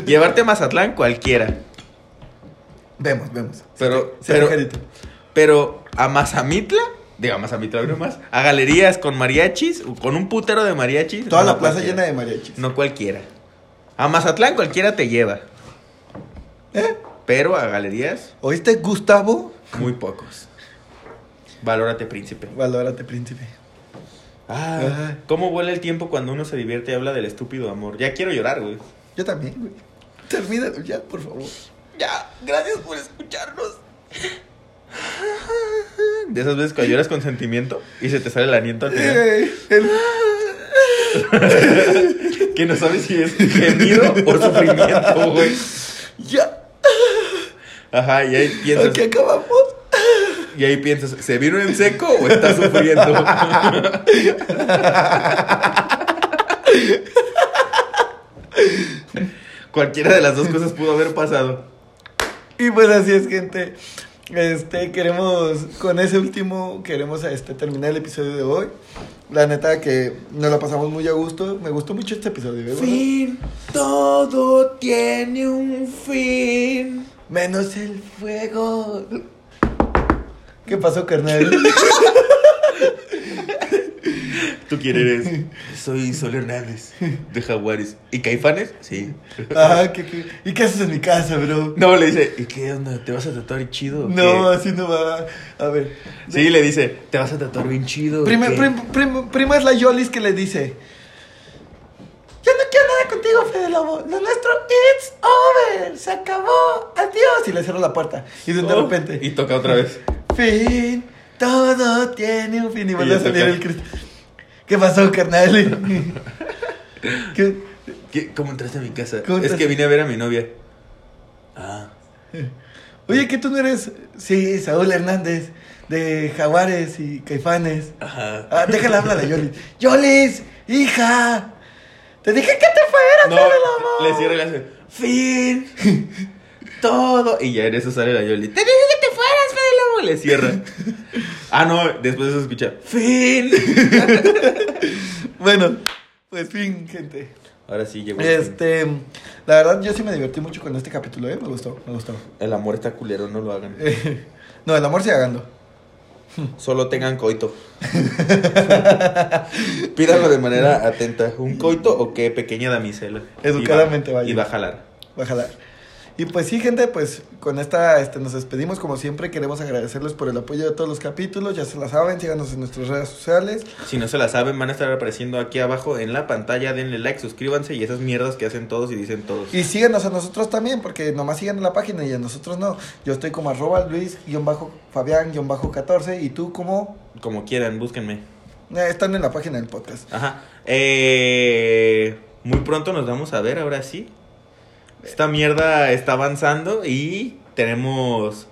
[SPEAKER 1] Llevarte a Mazatlán cualquiera.
[SPEAKER 2] Vemos, vemos.
[SPEAKER 1] Pero,
[SPEAKER 2] Se
[SPEAKER 1] pero,
[SPEAKER 2] ligerito.
[SPEAKER 1] pero a Mazamitla, digo a Mazamitla no más, a galerías con mariachis, con un putero de mariachis.
[SPEAKER 2] Toda
[SPEAKER 1] no
[SPEAKER 2] la plaza
[SPEAKER 1] cualquiera.
[SPEAKER 2] llena de mariachis.
[SPEAKER 1] No cualquiera. A Mazatlán cualquiera te lleva. ¿Eh? Pero a galerías,
[SPEAKER 2] ¿Oíste, Gustavo?
[SPEAKER 1] muy pocos. Valórate, príncipe.
[SPEAKER 2] Valórate, príncipe.
[SPEAKER 1] Ah,
[SPEAKER 2] Ajá.
[SPEAKER 1] ¿Cómo vuela el tiempo cuando uno se divierte y habla del estúpido amor? Ya quiero llorar, güey.
[SPEAKER 2] Yo también, güey. Termínalo ya, por favor.
[SPEAKER 1] Ya, gracias por escucharnos. De esas veces cuando lloras con sentimiento y se te sale el aliento al final.
[SPEAKER 2] Eh, el-
[SPEAKER 1] Que no sabes si es gemido o sufrimiento, güey.
[SPEAKER 2] ya,
[SPEAKER 1] Ajá, y ahí piensas,
[SPEAKER 2] aquí acabamos.
[SPEAKER 1] y ahí piensas, ¿se vino en seco o está sufriendo? Cualquiera de las dos cosas pudo haber pasado.
[SPEAKER 2] Y pues así es, gente. Este, queremos, con ese último, queremos este, terminar el episodio de hoy. La neta que nos la pasamos muy a gusto. Me gustó mucho este episodio, güey.
[SPEAKER 1] Fin, todo tiene un fin.
[SPEAKER 2] Menos el fuego. ¿Qué pasó, carnal?
[SPEAKER 1] ¿Tú quién eres? Soy Sol Hernández, de Jaguares. ¿Y Caifanes? Sí.
[SPEAKER 2] Ah, ¿qué, qué? ¿Y qué haces en mi casa, bro?
[SPEAKER 1] No, le dice, ¿y qué onda? ¿Te vas a tatuar chido? o
[SPEAKER 2] No,
[SPEAKER 1] qué?"
[SPEAKER 2] así no va. A ver.
[SPEAKER 1] Sí, le dice, ¿te vas a tatuar bien chido? o
[SPEAKER 2] Prima,
[SPEAKER 1] qué?"
[SPEAKER 2] prim- prim- prima es la Yolis que le dice: Yo no quiero nada contigo, Fede Lobo. Lo nuestro, it's over. Se acabó. Adiós. Y le cierro la puerta. Y de, de
[SPEAKER 1] Oh,
[SPEAKER 2] repente:
[SPEAKER 1] Y toca otra vez.
[SPEAKER 2] Fin. Todo tiene un fin. Y vuelve
[SPEAKER 1] ya
[SPEAKER 2] a salir
[SPEAKER 1] toca.
[SPEAKER 2] el Cristo. ¿Qué pasó, carnal? ¿Qué?
[SPEAKER 1] ¿Qué? ¿Cómo entraste a mi casa?
[SPEAKER 2] ¿Cómo
[SPEAKER 1] Es
[SPEAKER 2] entraste?
[SPEAKER 1] que vine a ver a mi novia. Ah.
[SPEAKER 2] Oye, que tú no eres. Sí, Saúl Hernández. De Jaguares y Caifanes.
[SPEAKER 1] Ajá.
[SPEAKER 2] Ah, déjala hablar a la Yolis. Yolis, hija. Te dije que te fueras,
[SPEAKER 1] No,
[SPEAKER 2] dale la mano.
[SPEAKER 1] le cierra y le hace, fin, todo. Y ya en eso sale la Yoli. Te dije que te fueras, Fede Lobo. Le cierra. Ah, no, después se escucha, fin.
[SPEAKER 2] Bueno, pues fin, gente.
[SPEAKER 1] Ahora sí llegó. el fin.
[SPEAKER 2] Este, la verdad, yo sí me divertí mucho con este capítulo, ¿eh? Me gustó, me gustó.
[SPEAKER 1] El amor está culero, no lo hagan.
[SPEAKER 2] Eh, no, el amor se hagando.
[SPEAKER 1] Solo tengan coito. Pídanlo de manera atenta. ¿Un coito o qué? Pequeña damisela.
[SPEAKER 2] Educadamente,
[SPEAKER 1] Y va-
[SPEAKER 2] vaya.
[SPEAKER 1] Y va a jalar.
[SPEAKER 2] Va a jalar. Y pues sí, gente, pues con esta este, nos despedimos. Como siempre, queremos agradecerles por el apoyo de todos los capítulos. Ya se la saben, síganos en nuestras redes sociales.
[SPEAKER 1] Si no se la saben, van a estar apareciendo aquí abajo en la pantalla. Denle like, suscríbanse y esas mierdas que hacen todos y dicen todos.
[SPEAKER 2] Y síganos a nosotros también, porque nomás sigan la página y a nosotros no. Yo estoy como arroba luis-fabián-14 y tú como...
[SPEAKER 1] Como quieran, búsquenme.
[SPEAKER 2] eh, están en la página del podcast.
[SPEAKER 1] Ajá. Eh, muy pronto nos vamos a ver, ahora sí. Esta mierda está avanzando y tenemos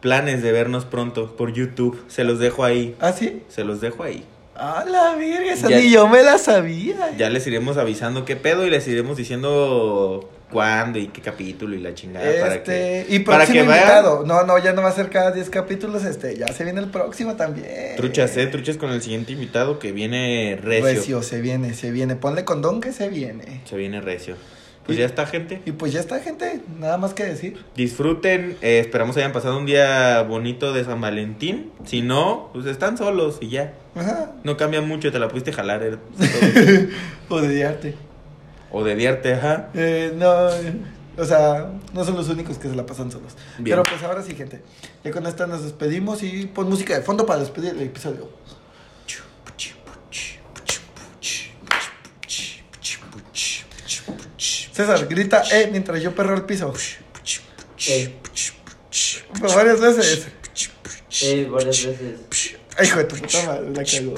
[SPEAKER 1] planes de vernos pronto por YouTube. Se los dejo ahí.
[SPEAKER 2] ¿Ah, sí?
[SPEAKER 1] Se los dejo ahí.
[SPEAKER 2] A la verga, esa
[SPEAKER 1] Ya-
[SPEAKER 2] ni yo me la sabía. eh.
[SPEAKER 1] Ya les iremos avisando qué pedo y les iremos diciendo cuándo y qué capítulo y la chingada para que
[SPEAKER 2] Este, y próximo
[SPEAKER 1] para que vean-
[SPEAKER 2] invitado. No, no, ya no va a ser cada 10 capítulos, este, ya se viene el próximo también.
[SPEAKER 1] truchas, eh, truchas con el siguiente invitado que viene recio.
[SPEAKER 2] Recio, se viene, se viene. Ponle condón que se viene.
[SPEAKER 1] Se viene recio. Pues
[SPEAKER 2] Y-
[SPEAKER 1] ya está, gente.
[SPEAKER 2] Y pues ya está, gente, nada más que decir.
[SPEAKER 1] Disfruten, eh, esperamos hayan pasado un día bonito de San Valentín. Si no, pues están solos y ya.
[SPEAKER 2] Ajá.
[SPEAKER 1] No cambia mucho, te la pudiste jalar. era todo.
[SPEAKER 2] o de arte.
[SPEAKER 1] o dediarte, ajá.
[SPEAKER 2] Eh, no, eh, o sea, no son los únicos que se la pasan solos.
[SPEAKER 1] Bien.
[SPEAKER 2] Pero pues ahora sí, gente. Ya con esta nos despedimos y pon música de fondo para despedir el episodio. César, grita, eh, mientras yo perro el piso. Pero varias veces.
[SPEAKER 3] Eh, varias veces.
[SPEAKER 2] Ay, hijo de tu puta madre, la cagó.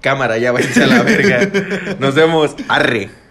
[SPEAKER 1] Cámara, ya váyanse a la verga. Nos vemos. Arre.